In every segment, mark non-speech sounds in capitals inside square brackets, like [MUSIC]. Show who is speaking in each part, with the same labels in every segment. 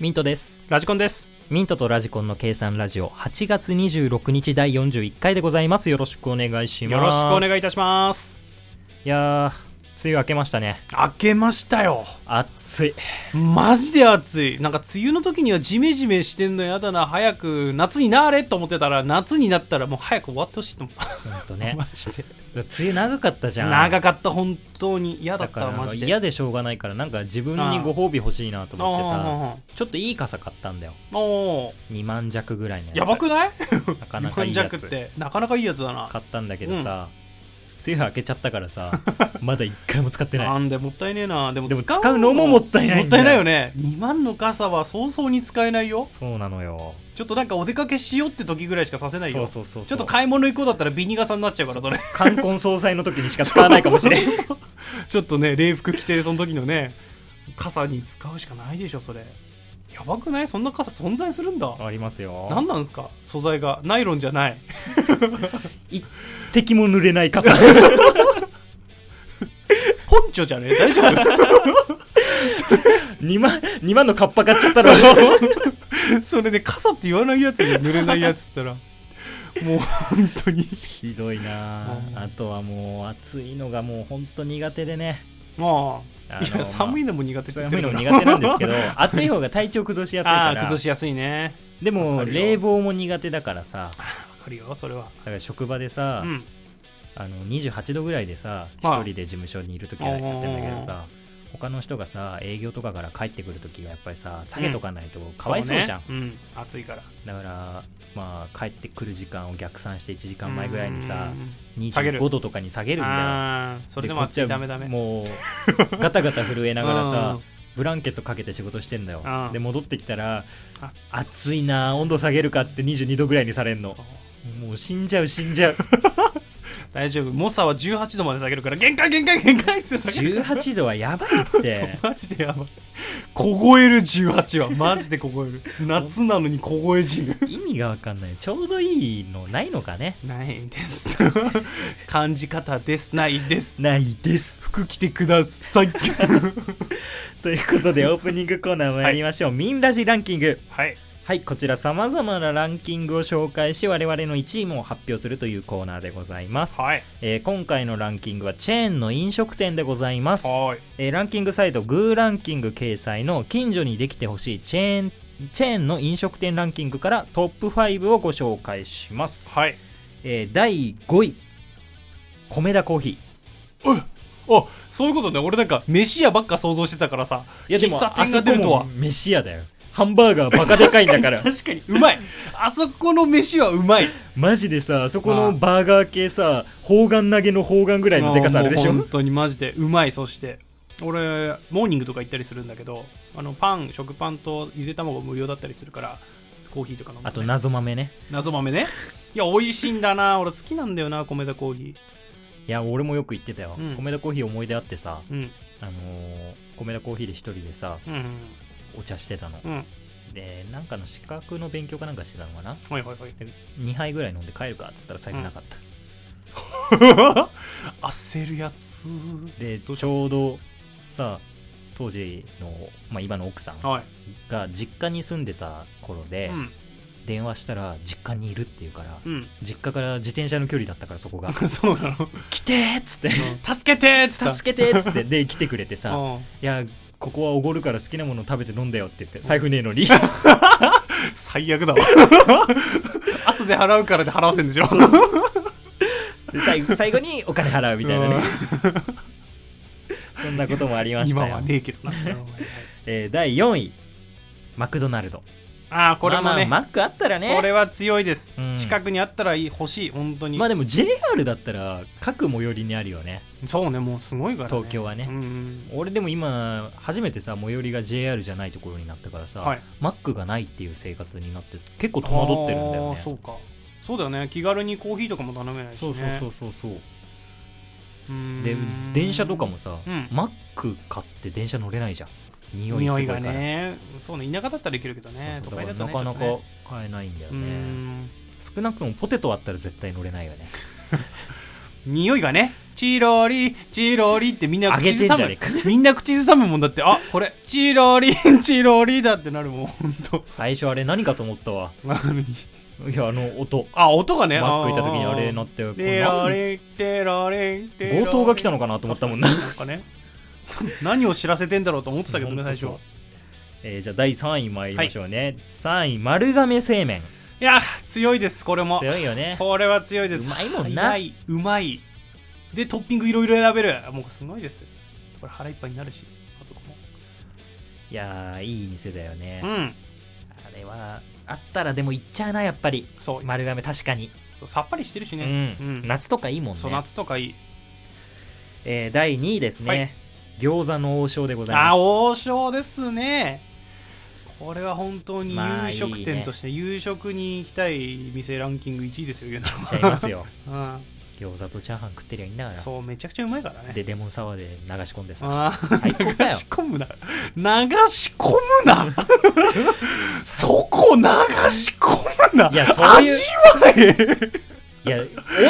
Speaker 1: ミントです
Speaker 2: ラジコンです
Speaker 1: ミントとラジコンの計算ラジオ8月26日第41回でございますよろしくお願いします
Speaker 2: よろしくお願いい
Speaker 1: い
Speaker 2: たします
Speaker 1: やー梅雨明けましたね
Speaker 2: 開けましたよ
Speaker 1: 暑い
Speaker 2: マジで暑いなんか梅雨の時にはジメジメしてんのやだな早く夏になれと思ってたら夏になったらもう早く終わってほしいと思う
Speaker 1: ほんとね
Speaker 2: マジで
Speaker 1: 梅雨長かったじゃん
Speaker 2: 長
Speaker 1: かっ
Speaker 2: かった本当に嫌
Speaker 1: だ
Speaker 2: だっ
Speaker 1: か
Speaker 2: た
Speaker 1: らなん
Speaker 2: マ
Speaker 1: か
Speaker 2: ジで
Speaker 1: 嫌でしょうがないからなんか自分にご褒美欲しいなと思って
Speaker 2: あ
Speaker 1: さ
Speaker 2: ああ
Speaker 1: ちょっといい傘買ったんだよ
Speaker 2: あおー
Speaker 1: 2万弱ぐらいのやつ
Speaker 2: やばくない
Speaker 1: なかなかいいや
Speaker 2: 日本弱っ
Speaker 1: つ
Speaker 2: てなかなかいいやつだな
Speaker 1: 買ったんだけどさ、梅雨明けちゃったから
Speaker 2: [LAUGHS]
Speaker 1: さまだ一回も使ってない
Speaker 2: なんでもったいねえなでも
Speaker 1: でも使うのももったいない
Speaker 2: も
Speaker 1: ん
Speaker 2: っ
Speaker 1: だ
Speaker 2: たい
Speaker 1: よ
Speaker 2: ないよね2万の傘は早々に使えないよ
Speaker 1: そうなのよ
Speaker 2: ちょっとなんかお出かけしようって時ぐらいしかさせない
Speaker 1: そ
Speaker 2: よ
Speaker 1: うそうそうそう
Speaker 2: ちょっと買い物行こうだったらビニ傘になっちゃうからそれ
Speaker 1: 冠婚葬祭の時にしか使わないかもしれん
Speaker 2: [LAUGHS] ちょっとね礼服着てその時のね傘に使うしかないでしょそれやばくないそんな傘存在するんだ
Speaker 1: ありますよ
Speaker 2: 何なんですか素材がナイロンじゃない
Speaker 1: 一滴も濡れない [LAUGHS] 傘
Speaker 2: ポンチョじゃね大丈夫
Speaker 1: 2万2万のカッパ買っちゃったら
Speaker 2: それね傘って言わないやつで濡れないやつったらもう本当
Speaker 1: [LAUGHS]
Speaker 2: に
Speaker 1: ひどいな
Speaker 2: うん
Speaker 1: ああとはもう暑いのがもう本当苦手でね
Speaker 2: ま
Speaker 1: あ
Speaker 2: あ
Speaker 1: の
Speaker 2: いや寒いのも苦手って言って
Speaker 1: 寒い
Speaker 2: る
Speaker 1: の
Speaker 2: から
Speaker 1: 苦手なんです
Speaker 2: [LAUGHS]
Speaker 1: けど暑い方が体調崩しやすい
Speaker 2: あ
Speaker 1: か
Speaker 2: あー
Speaker 1: ら
Speaker 2: 崩しやすいね
Speaker 1: でも
Speaker 2: わかるよ
Speaker 1: 冷房も苦手だからさ
Speaker 2: わかるよそれは
Speaker 1: だから職場でさ、
Speaker 2: うん
Speaker 1: あの28度ぐらいでさ一
Speaker 2: はい
Speaker 1: 人で事務所にいる時はやってんだけどさ他の人がさ営業とかから帰ってくる時はやっぱりさ下げとかないとかわいそうじゃん、
Speaker 2: そうねうん暑いから
Speaker 1: だからまあ帰ってくる時間を逆算して1時間前ぐらいにさ
Speaker 2: うん下げる
Speaker 1: 25度とかに下げるんだよ
Speaker 2: あーそれでも
Speaker 1: こっ
Speaker 2: 暑
Speaker 1: ちはい
Speaker 2: ダメダメ
Speaker 1: もうガタガタ震えながら
Speaker 2: [LAUGHS] う
Speaker 1: さ
Speaker 2: ん
Speaker 1: ブランケットかけて仕事してんだよ
Speaker 2: うん
Speaker 1: で戻ってきたら
Speaker 2: あ
Speaker 1: 暑いな温度下げるかっつって22度ぐらいにされんの
Speaker 2: そう
Speaker 1: もう死んじゃう死んじゃ
Speaker 2: [LAUGHS]
Speaker 1: う
Speaker 2: 大丈夫モサは18度まで下げるから限界限界限界って下げる
Speaker 1: 18度はやばいっ
Speaker 2: [LAUGHS] そう
Speaker 1: て
Speaker 2: マジでやばい凍える18はマジで凍える夏なのに凍え死ぬ
Speaker 1: 意味がわかんないちょうどいいのないのかね
Speaker 2: ないです [LAUGHS] 感じ方ですないです
Speaker 1: ないです
Speaker 2: 服着てください
Speaker 1: [LAUGHS] ということでオープニングコーナー参りましょう、ミンラジランキング
Speaker 2: はい
Speaker 1: はい、こちら様々なランキングを紹介し、我々の1位も発表するというコーナーでございます。
Speaker 2: はい
Speaker 1: えー今回のランキングはチェーンの飲食店でございます。
Speaker 2: はい
Speaker 1: えーランキングサイトグーランキング掲載の近所にできてほしいチェーン、チェーンの飲食店ランキングからトップ5をご紹介します。
Speaker 2: はい
Speaker 1: えー第5位、米田コーヒー。
Speaker 2: あそういうことね俺なんか飯屋ばっか想像してたからさ
Speaker 1: いやでも、
Speaker 2: 喫茶
Speaker 1: あ
Speaker 2: 店
Speaker 1: そ
Speaker 2: が
Speaker 1: こ
Speaker 2: 出ると
Speaker 1: も
Speaker 2: は
Speaker 1: 飯屋だよ。ハンバーガーバカでかいんだから。
Speaker 2: 確かにうまいあそこの飯はうまい
Speaker 1: マジでさあそこのバーガー系さ砲丸投げの砲丸ぐらいのでかさあれでしょ
Speaker 2: もう本当にマジでうまいそして俺モーニングとか行ったりするんだけどあのパン食パンとゆで卵無料だったりするからコーヒーとか飲む、ね、
Speaker 1: あと謎豆ね
Speaker 2: 謎豆ねいや美味しいんだな俺好きなんだよな米田コーヒ
Speaker 1: いや俺もよく言ってたよ、
Speaker 2: うん
Speaker 1: 米田コーヒー思い出あってさ
Speaker 2: ーうん
Speaker 1: あのー米田コーヒーで一人でさ
Speaker 2: うんうん
Speaker 1: お茶してたの
Speaker 2: うんうん
Speaker 1: でなんかの資格の勉強かなんかしてたのかな
Speaker 2: はいはい
Speaker 1: [LAUGHS]
Speaker 2: はい
Speaker 1: で2杯ぐらい飲んで帰るかっつったら財布なかった、
Speaker 2: 焦るやつ
Speaker 1: でちょうどさ当時の、まあ、今の奥さん
Speaker 2: はい、
Speaker 1: が実家に住んでた頃で、
Speaker 2: うん
Speaker 1: 電話したら実家にいるっていうから、
Speaker 2: う
Speaker 1: 実家から自転車の距離だったからそこ
Speaker 2: [LAUGHS]
Speaker 1: が
Speaker 2: んそうなの
Speaker 1: 来てーっつって
Speaker 2: [LAUGHS] 助けてーっつった
Speaker 1: 助けてーっつ
Speaker 2: [LAUGHS]
Speaker 1: ってで来てくれてさ
Speaker 2: うん
Speaker 1: 「いやここはおごるから好きなもの食べて飲んだよ」って言って財布ねえの
Speaker 2: [LAUGHS]
Speaker 1: に
Speaker 2: 最悪だわ [LAUGHS] 後で払うからで払わせんでしょ
Speaker 1: で最後最後にお金払うみたいなね
Speaker 2: うん
Speaker 1: そんなこともありまし
Speaker 2: 今
Speaker 1: た
Speaker 2: は
Speaker 1: よ、
Speaker 2: ねえけどな
Speaker 1: えー第4位マクドナルド
Speaker 2: ああこれ
Speaker 1: ま
Speaker 2: もね、
Speaker 1: あまあマックあったらね
Speaker 2: これは強いです、
Speaker 1: うん
Speaker 2: 近くにあったらいい欲しい本当に、
Speaker 1: まあでも JR だったら各最寄りにあるよね
Speaker 2: そうねもうすごいから、ね、
Speaker 1: 東京はね
Speaker 2: うんうん
Speaker 1: 俺でも今初めてさ最寄りが JR じゃないところになったからさ、
Speaker 2: はい
Speaker 1: マックがないっていう生活になって結構戸惑ってるんだよ
Speaker 2: あ
Speaker 1: ね
Speaker 2: ーそうかそうだよね気軽にコーヒーとかも頼めないし、
Speaker 1: そ
Speaker 2: ね、
Speaker 1: うそうそうそうそう
Speaker 2: うーん
Speaker 1: で電車とかもさ、
Speaker 2: うん
Speaker 1: マック買って電車乗れないじゃん匂いす
Speaker 2: 匂
Speaker 1: ごい
Speaker 2: い
Speaker 1: から
Speaker 2: がねそうね田舎だったらいけるけどね
Speaker 1: そうそ
Speaker 2: 都
Speaker 1: う
Speaker 2: 会だ
Speaker 1: だ
Speaker 2: と
Speaker 1: か
Speaker 2: ね
Speaker 1: らなかなか
Speaker 2: ちょっとね
Speaker 1: 買えないんだよ
Speaker 2: うー
Speaker 1: ね
Speaker 2: ん
Speaker 1: 少なくともポテトあったら絶対乗れないよね
Speaker 2: 匂いがねチロリチロリってみんな口ずさ
Speaker 1: あげ
Speaker 2: む
Speaker 1: てん
Speaker 2: みんな口ずさむもんだってあこれチロリチロリだってなるもんほんと
Speaker 1: 最初あれ何かと思ったわ
Speaker 2: 何
Speaker 1: いやあの音
Speaker 2: あ音がね
Speaker 1: マック行った時にあれ
Speaker 2: の
Speaker 1: なってこれ
Speaker 2: テロ
Speaker 1: 何
Speaker 2: リンテロリンテロリン
Speaker 1: 強盗が来たのかなと思ったもんな、
Speaker 2: なんかね [LAUGHS] 何を知らせてんだろうと思ってたけどね最初
Speaker 1: 本当えーじゃあ第3位参りましょうね、3位丸亀製麺
Speaker 2: いや強いですこれも
Speaker 1: 強いよね
Speaker 2: これは強いです
Speaker 1: うまいもんな
Speaker 2: 早いうまいでトッピングいろいろ選べるもうすごいですこれ腹いっぱいになるしあそこも
Speaker 1: いやーいい店だよね
Speaker 2: うん
Speaker 1: あれはあったらでも行っちゃうなやっぱり
Speaker 2: そう,、
Speaker 1: 丸亀確かに、
Speaker 2: そうさっぱりしてるし
Speaker 1: う
Speaker 2: ね
Speaker 1: ん夏とかいいもん
Speaker 2: そう
Speaker 1: ね、
Speaker 2: 夏とかいい
Speaker 1: えー第2位ですね、
Speaker 2: はい
Speaker 1: 餃子の王将でございます
Speaker 2: あ王将ですねこれは本当に
Speaker 1: まあ
Speaker 2: 夕食
Speaker 1: いい
Speaker 2: 店
Speaker 1: ね
Speaker 2: として夕食に行きたい店ランキング1位ですよ言うな
Speaker 1: [LAUGHS]
Speaker 2: ら
Speaker 1: 行っちゃいますよ
Speaker 2: うん
Speaker 1: 餃子とチャーハン食ってりゃいいんだから
Speaker 2: そうめちゃくちゃうまいからね
Speaker 1: でレモンサワーで流し込んでさ
Speaker 2: ああ
Speaker 1: 最
Speaker 2: [LAUGHS]
Speaker 1: 高だよ
Speaker 2: 流し込むな流し込むな
Speaker 1: [LAUGHS]
Speaker 2: そこ流し込むない
Speaker 1: やそういう
Speaker 2: 味わえ
Speaker 1: いや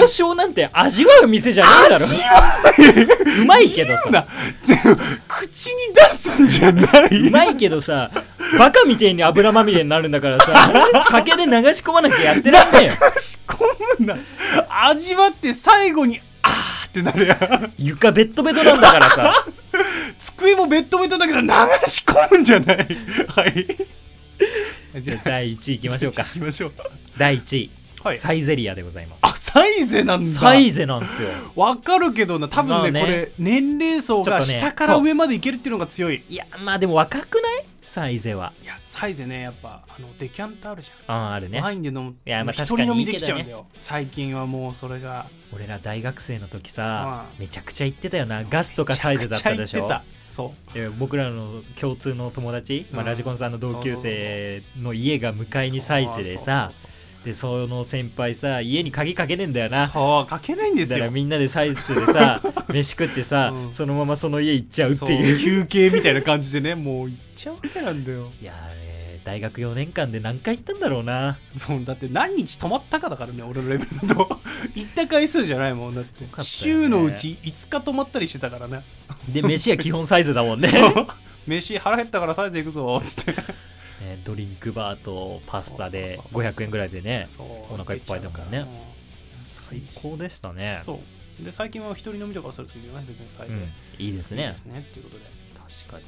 Speaker 1: 王将なんて味わう店じゃねえだろ
Speaker 2: 味わ
Speaker 1: うまいけど
Speaker 2: え
Speaker 1: さ
Speaker 2: なちょ口に出すんじゃないう
Speaker 1: まいけどさバカみてえに油まみれになるんだからさ酒で流し込まなきゃやってらんねえよ
Speaker 2: 流し込むな味わって最後にあーってなるやん
Speaker 1: 床ベッドベッドなんだからさ
Speaker 2: [LAUGHS] 机もベッドベッドだけど流し込むんじ
Speaker 1: [LAUGHS]
Speaker 2: ゃないはいじ
Speaker 1: じゃ
Speaker 2: ゃ
Speaker 1: あ
Speaker 2: あ
Speaker 1: 第1位いきましょうか
Speaker 2: 行きましょう
Speaker 1: 第1位、
Speaker 2: はい
Speaker 1: サイゼリアでございます
Speaker 2: あサイゼなんだ
Speaker 1: サイゼなんですよ
Speaker 2: わかるけどな多
Speaker 1: ま
Speaker 2: 分
Speaker 1: あ
Speaker 2: ね,、
Speaker 1: ね
Speaker 2: これ年齢層
Speaker 1: ちょっ
Speaker 2: が
Speaker 1: とね
Speaker 2: 下から
Speaker 1: そう
Speaker 2: 上までいけるっていうのが強い、
Speaker 1: いやまあでも若くないサイゼはい
Speaker 2: やサイゼねやっぱあのデキャンターあるじゃん
Speaker 1: あああるね
Speaker 2: ワインで飲む
Speaker 1: いやまあ
Speaker 2: 一
Speaker 1: 確
Speaker 2: 人
Speaker 1: かに
Speaker 2: 飲
Speaker 1: い
Speaker 2: み
Speaker 1: いけどね
Speaker 2: できちゃうんだよ最近はもうそれが
Speaker 1: 俺ら大学生の時さ
Speaker 2: う
Speaker 1: めちゃくちゃ行ってたよなガスとかサイズだったでしょ
Speaker 2: めちゃくちゃ行ってたそ
Speaker 1: いや僕らの共通の友達、まあ、
Speaker 2: うん
Speaker 1: ラジコンさんの同級生の家が向
Speaker 2: う
Speaker 1: かいにサイズでさでその先輩さ家に鍵かけねえんだよ
Speaker 2: そうそうそう
Speaker 1: な
Speaker 2: そうかけないんで
Speaker 1: だ
Speaker 2: す
Speaker 1: から
Speaker 2: よ
Speaker 1: みんなでサイズで
Speaker 2: [LAUGHS]
Speaker 1: さ飯食ってさ、
Speaker 2: うん
Speaker 1: そのままその家行っちゃうって
Speaker 2: そう
Speaker 1: いう
Speaker 2: 休憩みたいな感じでねもう行っちゃうわけなんだよ
Speaker 1: いやあれ大学4年間で何回行ったんだろうな
Speaker 2: も [LAUGHS] うだって何日泊まったかだからね俺のレベルだと [LAUGHS] 行った回数じゃないもんだって、
Speaker 1: かったよね
Speaker 2: 週のうち5日泊まったりしてたからね
Speaker 1: で飯は基本サイズだもんね、 [LAUGHS]
Speaker 2: そう [LAUGHS] 飯腹減ったからサイズ行くぞっつって
Speaker 1: ねドリンクバーとパスタで
Speaker 2: そうそうそう
Speaker 1: 500円ぐらいでね
Speaker 2: [LAUGHS] そう
Speaker 1: お腹いっぱいだもんね
Speaker 2: うん
Speaker 1: 最高でしたね
Speaker 2: そうで最近は一人飲みとかするときには別にサイズ
Speaker 1: うんいいですね
Speaker 2: ですねっていうことで
Speaker 1: 確かに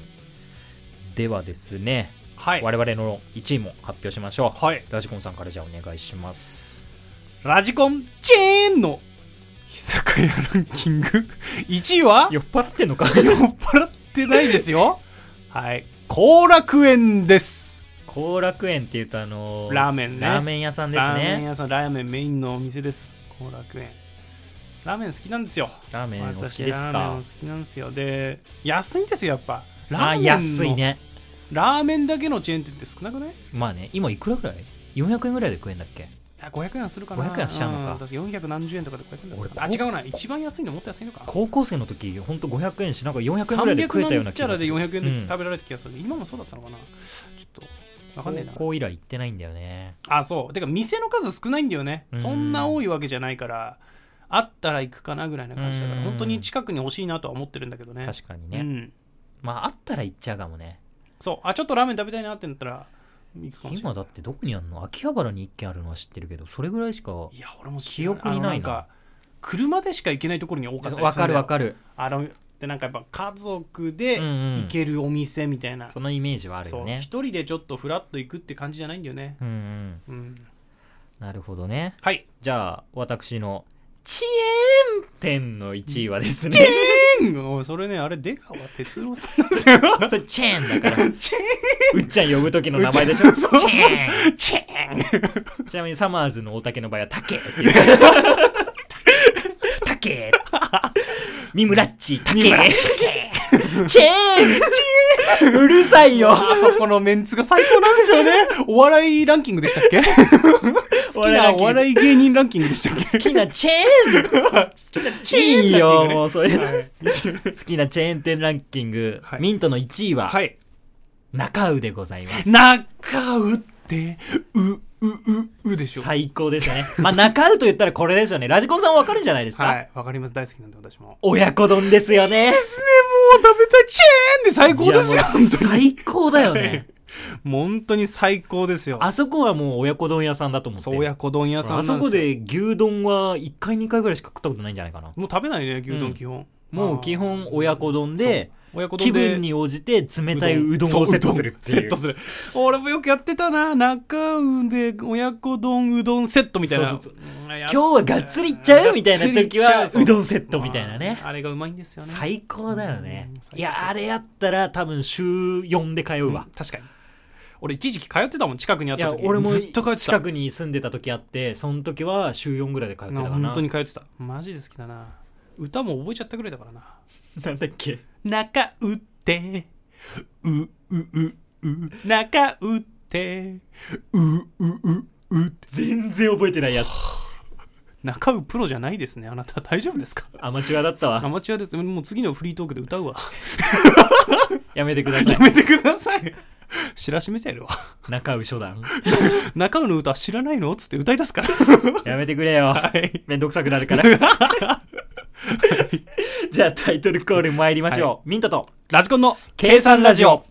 Speaker 1: ではですね、
Speaker 2: はい
Speaker 1: 我々の1位も発表しましょう、
Speaker 2: はい
Speaker 1: ラジコンさんからじゃあお願いします
Speaker 2: ラジコンチェーンの居酒屋ランキング [LAUGHS] 1位は酔っ
Speaker 1: 酔っ払ってんのか
Speaker 2: 払ってないですよはい後楽園です
Speaker 1: [LAUGHS] 後楽園っていうとあの
Speaker 2: ラーメンね
Speaker 1: ラーメン屋さんです
Speaker 2: ラーメン
Speaker 1: ね
Speaker 2: 屋さんラーメンメインのお店です後楽園ラーメン好きなんですよ
Speaker 1: ラーメンお好き
Speaker 2: 私
Speaker 1: です
Speaker 2: ラーメ
Speaker 1: か
Speaker 2: ン好きなんですよで安いんですよやっぱラ
Speaker 1: あ
Speaker 2: ーメンの
Speaker 1: 安いね
Speaker 2: ラーメンだけのチェーン店って少なくない
Speaker 1: まあね今いくらぐらい400円ぐらいで食えんだっけ
Speaker 2: あ500円はするかな
Speaker 1: 500円はしちゃうのか
Speaker 2: ん確か400何十円とかで500円だっ
Speaker 1: 俺
Speaker 2: たあ違うな一番安いのもっと安いのか
Speaker 1: 高校生の時ほんと500円しなんか400円ぐらいで食えたよ
Speaker 2: 300
Speaker 1: う
Speaker 2: な
Speaker 1: なん気
Speaker 2: ちゃ
Speaker 1: が
Speaker 2: ら
Speaker 1: す
Speaker 2: で
Speaker 1: る
Speaker 2: 400円
Speaker 1: う
Speaker 2: で
Speaker 1: ん
Speaker 2: 食べられた気がする、今もそうだったのかなちょっとわかんねえな
Speaker 1: 高校以来行ってないんだよね
Speaker 2: あそうてか店の数少ないんだよね
Speaker 1: うん
Speaker 2: そんな多いわけじゃないからあったら行くかなぐらいな感じだから
Speaker 1: うん
Speaker 2: 本当に近くに欲しいなとは思ってるんだけどね
Speaker 1: 確かにね、
Speaker 2: うん、
Speaker 1: まああったら行っちゃうかもね
Speaker 2: そうあちょっとラーメン食べたいなってなったら行くかもしれない
Speaker 1: 今だってどこにあるの秋葉原に1軒あるのは知ってるけどそれぐらいしかわ
Speaker 2: いや俺も
Speaker 1: 記憶にないな
Speaker 2: あのんか車でしか行けないところに多かったりするんだよ
Speaker 1: かるわかる
Speaker 2: あのでなんかやっぱ家族で
Speaker 1: うんうん
Speaker 2: 行けるお店みたいな、
Speaker 1: そのイメージはある
Speaker 2: そ
Speaker 1: よ
Speaker 2: う
Speaker 1: ね
Speaker 2: 一人でちょっとフラッと行くって感じじゃないんだよね、
Speaker 1: うんうん
Speaker 2: うん、
Speaker 1: なるほどね
Speaker 2: はい
Speaker 1: じゃあ私のチェーン店の1位はですね
Speaker 2: チェーンおいそれねあれ出川哲朗さんなんですよ
Speaker 1: [LAUGHS] それチェーンだから
Speaker 2: [LAUGHS] チェ
Speaker 1: うっちゃん呼ぶ時の名前でしょ
Speaker 2: うっちゃん [LAUGHS] そうそう
Speaker 1: チェ
Speaker 2: ーンチェーン
Speaker 1: ーンちなみにサマーズの大竹の場合はタケっていう [LAUGHS] タケ三村っちタケチェーンチェーンうるさいよ
Speaker 2: あそこのメンツが最高なんですよねお笑いランキングでしたっ
Speaker 1: [LAUGHS]
Speaker 2: け好きなお笑い芸人ランキングでしたっけ
Speaker 1: 好きなチェーン好きなチェーンいいよ、もうそれ。好きなチェーン店ランキング、
Speaker 2: はい
Speaker 1: ミントの1位は、
Speaker 2: はい
Speaker 1: 中尾でございます。
Speaker 2: 中うってううう、う、うでしょ。
Speaker 1: 最高ですね。まあ、中うと言ったらこれですよね。ラジコンさんわかるんじゃないですか、
Speaker 2: はい。わかります。大好きなんで、私も。
Speaker 1: 親子丼ですよね。
Speaker 2: ですね、もう食べたい。チェーンで最高ですよ。
Speaker 1: いやもう最高だよね。
Speaker 2: もう本当に最高ですよ。
Speaker 1: あそこはもう親子丼屋さんだと思って
Speaker 2: そう、
Speaker 1: る
Speaker 2: 親子丼屋さんな
Speaker 1: あ
Speaker 2: んですよ
Speaker 1: そこ。で牛丼は1回2回ぐらいしか食ったことないんじゃないかな。
Speaker 2: もう食べないね、牛
Speaker 1: うん
Speaker 2: 丼基本。
Speaker 1: もう基本親子丼で、
Speaker 2: あー、親子
Speaker 1: 気
Speaker 2: 丼で
Speaker 1: 分に応じて冷たいうどんをセットするって
Speaker 2: そう
Speaker 1: いうう。
Speaker 2: どんセットする俺もよくやってたな中うで親子丼うどんセットみたいな
Speaker 1: そうそう
Speaker 2: うんや
Speaker 1: 今
Speaker 2: っ
Speaker 1: 日はがっつりいっちゃうみたいな時
Speaker 2: が
Speaker 1: は
Speaker 2: っつりいっちゃ
Speaker 1: う
Speaker 2: う
Speaker 1: どんセットみたいなね
Speaker 2: ま。ああれがうまいんですよね
Speaker 1: 最高だよね
Speaker 2: うん最。高
Speaker 1: いや、あれやったら多分週4で通うわ。
Speaker 2: 確かに俺一時期通ってたもん近くにあっ
Speaker 1: い
Speaker 2: た
Speaker 1: や
Speaker 2: 時
Speaker 1: 俺も
Speaker 2: ずっと通って
Speaker 1: 近
Speaker 2: た
Speaker 1: くに住んでた時あってその時は週4ぐらいで通ってたかな
Speaker 2: 本当に通ってたマジで好きだな歌も覚えちゃったぐらいだからな
Speaker 1: なんだっけ
Speaker 2: 中うってうううう中うってうううう
Speaker 1: 全然覚えてないやつ
Speaker 2: 中うプロじゃないですねあなた大丈夫ですか
Speaker 1: アマチュアだった
Speaker 2: [LAUGHS] ア
Speaker 1: わ
Speaker 2: マチュアです。もう次のフリートークで歌うわ。
Speaker 1: やめてください
Speaker 2: [LAUGHS] やめてください。知らしめてやるわ。 [LAUGHS]
Speaker 1: 中尾初段
Speaker 2: 中尾の歌知らないのつって歌い出す [LAUGHS] から。
Speaker 1: やめてくれよ
Speaker 2: はい。
Speaker 1: めんどくさくなるからじゃあタイトルコール参りましょう、ミントと
Speaker 2: ラジコンの
Speaker 1: 計算ラジオ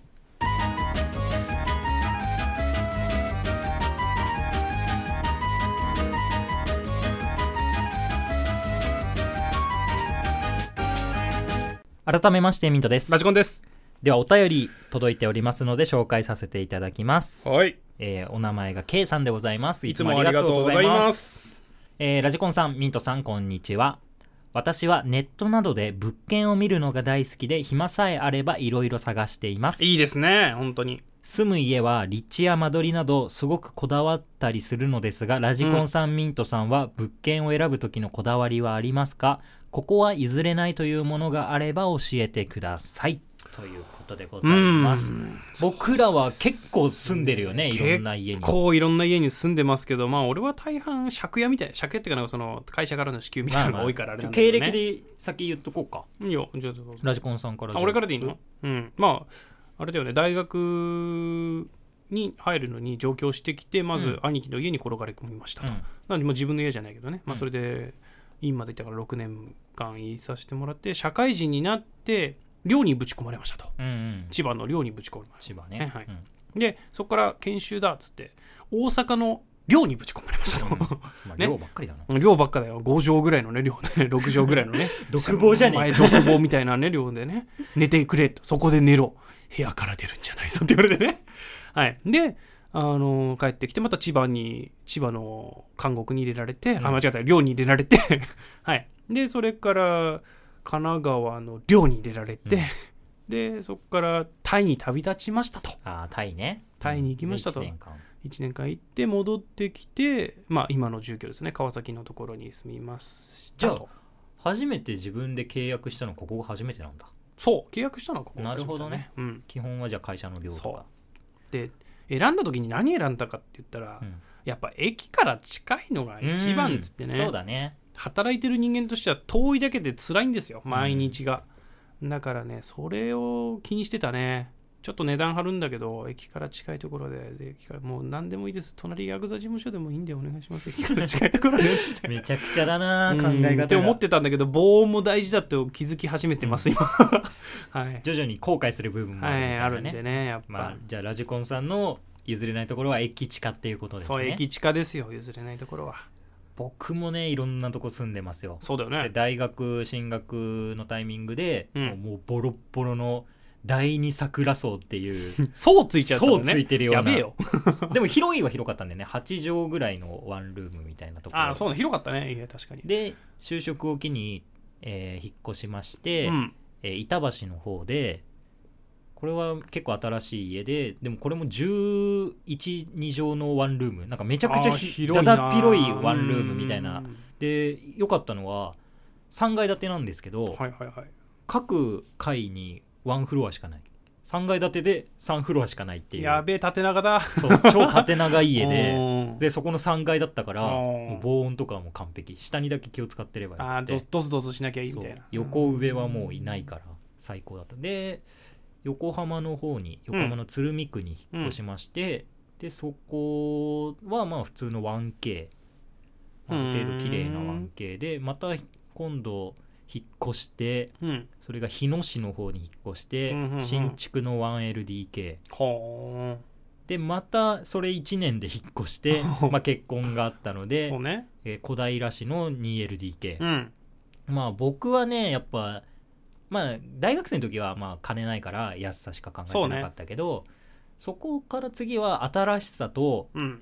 Speaker 1: 改めましてミントです
Speaker 2: ラジコンです。
Speaker 1: ではお便り届いておりますので紹介させていただきます、
Speaker 2: はい。
Speaker 1: えーお名前が K さんでございます
Speaker 2: いつもありがとうございます。
Speaker 1: えーラジコンさん、ミントさん、こんにちは。私はネットなどで物件を見るのが大好きで、暇さえあればいろいろ探しています。
Speaker 2: いいですね、本当に。
Speaker 1: 住む家は立地や間取りなど、すごくこだわったりするのですが、ラジコンさん、ミントさんは物件を選ぶ時のこだわりはありますかここは譲れないというものがあれば教えてください。ということでございます。僕らは結構住んでるよね、いろんな家に。
Speaker 2: 結構いろんな家に住んでますけど、まあ俺は大半借家みたいな、借家っていうかなんかその会社からの支給みたいなのが多いからあれなんだけ
Speaker 1: 経
Speaker 2: どね
Speaker 1: 歴。で先言っとこうか。
Speaker 2: いいよ、じゃあどうぞ
Speaker 1: ラジコンさんからじ
Speaker 2: あ
Speaker 1: ゃあ。
Speaker 2: 俺からでいいのうんまああれだよね大学に入るのに上京してきてま
Speaker 1: う
Speaker 2: ず
Speaker 1: ん
Speaker 2: 兄貴の家に転がり込みましたと、
Speaker 1: うん
Speaker 2: なんでもう自分の家じゃないけどね、ま
Speaker 1: う
Speaker 2: あ、
Speaker 1: ん
Speaker 2: それで院まで行ったから6年間いさせてもらって社会人になって寮にぶち込まれましたと
Speaker 1: うんうん。
Speaker 2: 千葉の寮にぶち込まれまし
Speaker 1: 千葉ね。
Speaker 2: はい
Speaker 1: うん
Speaker 2: たでそこから研修だっつって大阪の寮にぶち込まれましたと
Speaker 1: まあ、
Speaker 2: ね
Speaker 1: 量ばっかりだな。
Speaker 2: 寮ばっかだよ5畳ぐらいのね寮ね6畳ぐらいのね
Speaker 1: [LAUGHS] 独房じゃねえか
Speaker 2: 狭い独房みたいなね寮でね寝てくれとそこで寝ろ部屋から出るんじゃないぞって言われてねはいであの帰ってきてまた千葉に千葉の監獄に入れられて、
Speaker 1: うん
Speaker 2: あ間違えた寮に入れられて [LAUGHS] はいでそれから神奈川の寮に入れられて、
Speaker 1: うん
Speaker 2: でそこからタイに旅立ちましたと
Speaker 1: ああ、タイね。
Speaker 2: タイに行きましたと
Speaker 1: うん一年間
Speaker 2: 1年間行って戻ってきて、まあ、今の住居ですね川崎のところに住みます
Speaker 1: じゃあ
Speaker 2: と
Speaker 1: 初めて自分で契約したのここが初めてなんだ。
Speaker 2: そう契約したのはここ
Speaker 1: なるほどね、
Speaker 2: うん、
Speaker 1: 基本はじゃあ会社の量とか。
Speaker 2: で選んだ時に何選んだかって言ったら、
Speaker 1: うん
Speaker 2: やっぱ駅から近いのが一番っつって
Speaker 1: う
Speaker 2: ね、
Speaker 1: んそうだね。
Speaker 2: 働いてる人間としては遠いだけで辛いんですよ毎日が、だからねそれを気にしてたねちょっと値段張るんだけど駅から近いところでで駅からもう何でもいいです隣ヤクザ事務所でもいいんでお願いします駅から近いところでつって
Speaker 1: めちゃくちゃだな、考
Speaker 2: [LAUGHS] うん
Speaker 1: え
Speaker 2: って
Speaker 1: 方
Speaker 2: 思
Speaker 1: が
Speaker 2: っ。てたんだけど防音も大事だと気づき始めてます今、
Speaker 1: [LAUGHS]
Speaker 2: はい、
Speaker 1: 徐々に後悔する部分もあ
Speaker 2: は
Speaker 1: るみたい
Speaker 2: い、あ
Speaker 1: な
Speaker 2: るん
Speaker 1: ね。
Speaker 2: でねやっぱ、
Speaker 1: まあ、じゃあラジコンさんの譲れないところは駅地下っていうことです
Speaker 2: そう
Speaker 1: ね。
Speaker 2: 駅地下ですよ譲れないところは
Speaker 1: 僕もね、いろんなとこ住んでますよ。
Speaker 2: そうだよ
Speaker 1: で
Speaker 2: ね
Speaker 1: 大学進学のタイミングで、
Speaker 2: うん
Speaker 1: もうボロッボロの第二桜荘っていう
Speaker 2: そうついちゃったのね
Speaker 1: 層ついてるような
Speaker 2: やべえよ [LAUGHS]
Speaker 1: でも広いは広かったんでね8畳ぐらいのワンルームみたいなところ
Speaker 2: ああそうね広かったねいや確かに
Speaker 1: で就職を機に、えー引っ越しまして、
Speaker 2: うん、
Speaker 1: えー板橋の方でこれは結構新しい家ででもこれも1112畳のワンルームなんかめちゃくちゃ
Speaker 2: あー
Speaker 1: ひ
Speaker 2: 広いな
Speaker 1: だだっ広いワンルームみたいな
Speaker 2: うん
Speaker 1: で良かったのは3階建てなんですけど、
Speaker 2: はいはいはい
Speaker 1: 各階にワンフロアしかない3階建てで3フロアしかないっていう
Speaker 2: やべえ縦長だ
Speaker 1: そう超縦長い家
Speaker 2: [LAUGHS]
Speaker 1: で
Speaker 2: うん
Speaker 1: でそこの3階だったから
Speaker 2: あー
Speaker 1: もう防音とかはもう完璧下にだけ気を使ってれば
Speaker 2: ああ
Speaker 1: よく
Speaker 2: ど
Speaker 1: て
Speaker 2: どすどすしなきゃいい
Speaker 1: そ
Speaker 2: みたいうな
Speaker 1: 横上はもういないから最高だったで横浜の方に横浜の鶴見区に引っ越しまして、でそこはまあ普通の 1K、まあ、ある程度綺麗な
Speaker 2: うーん
Speaker 1: 1K でまた今度引っ越して
Speaker 2: うん。
Speaker 1: それが日野市の方に引っ越して、
Speaker 2: うんうんうん
Speaker 1: 新築の 1LDK
Speaker 2: は
Speaker 1: でまたそれ1年で引っ越して
Speaker 2: [LAUGHS]
Speaker 1: まあ結婚があったの
Speaker 2: あ。
Speaker 1: で
Speaker 2: そう、ね。
Speaker 1: えー小平市の 2LDK、
Speaker 2: うん。
Speaker 1: まあ僕はねやっぱまあ大学生の時はまあ金ないから安さしか考えてなかったけどそ,、こから次は新しさと
Speaker 2: うん。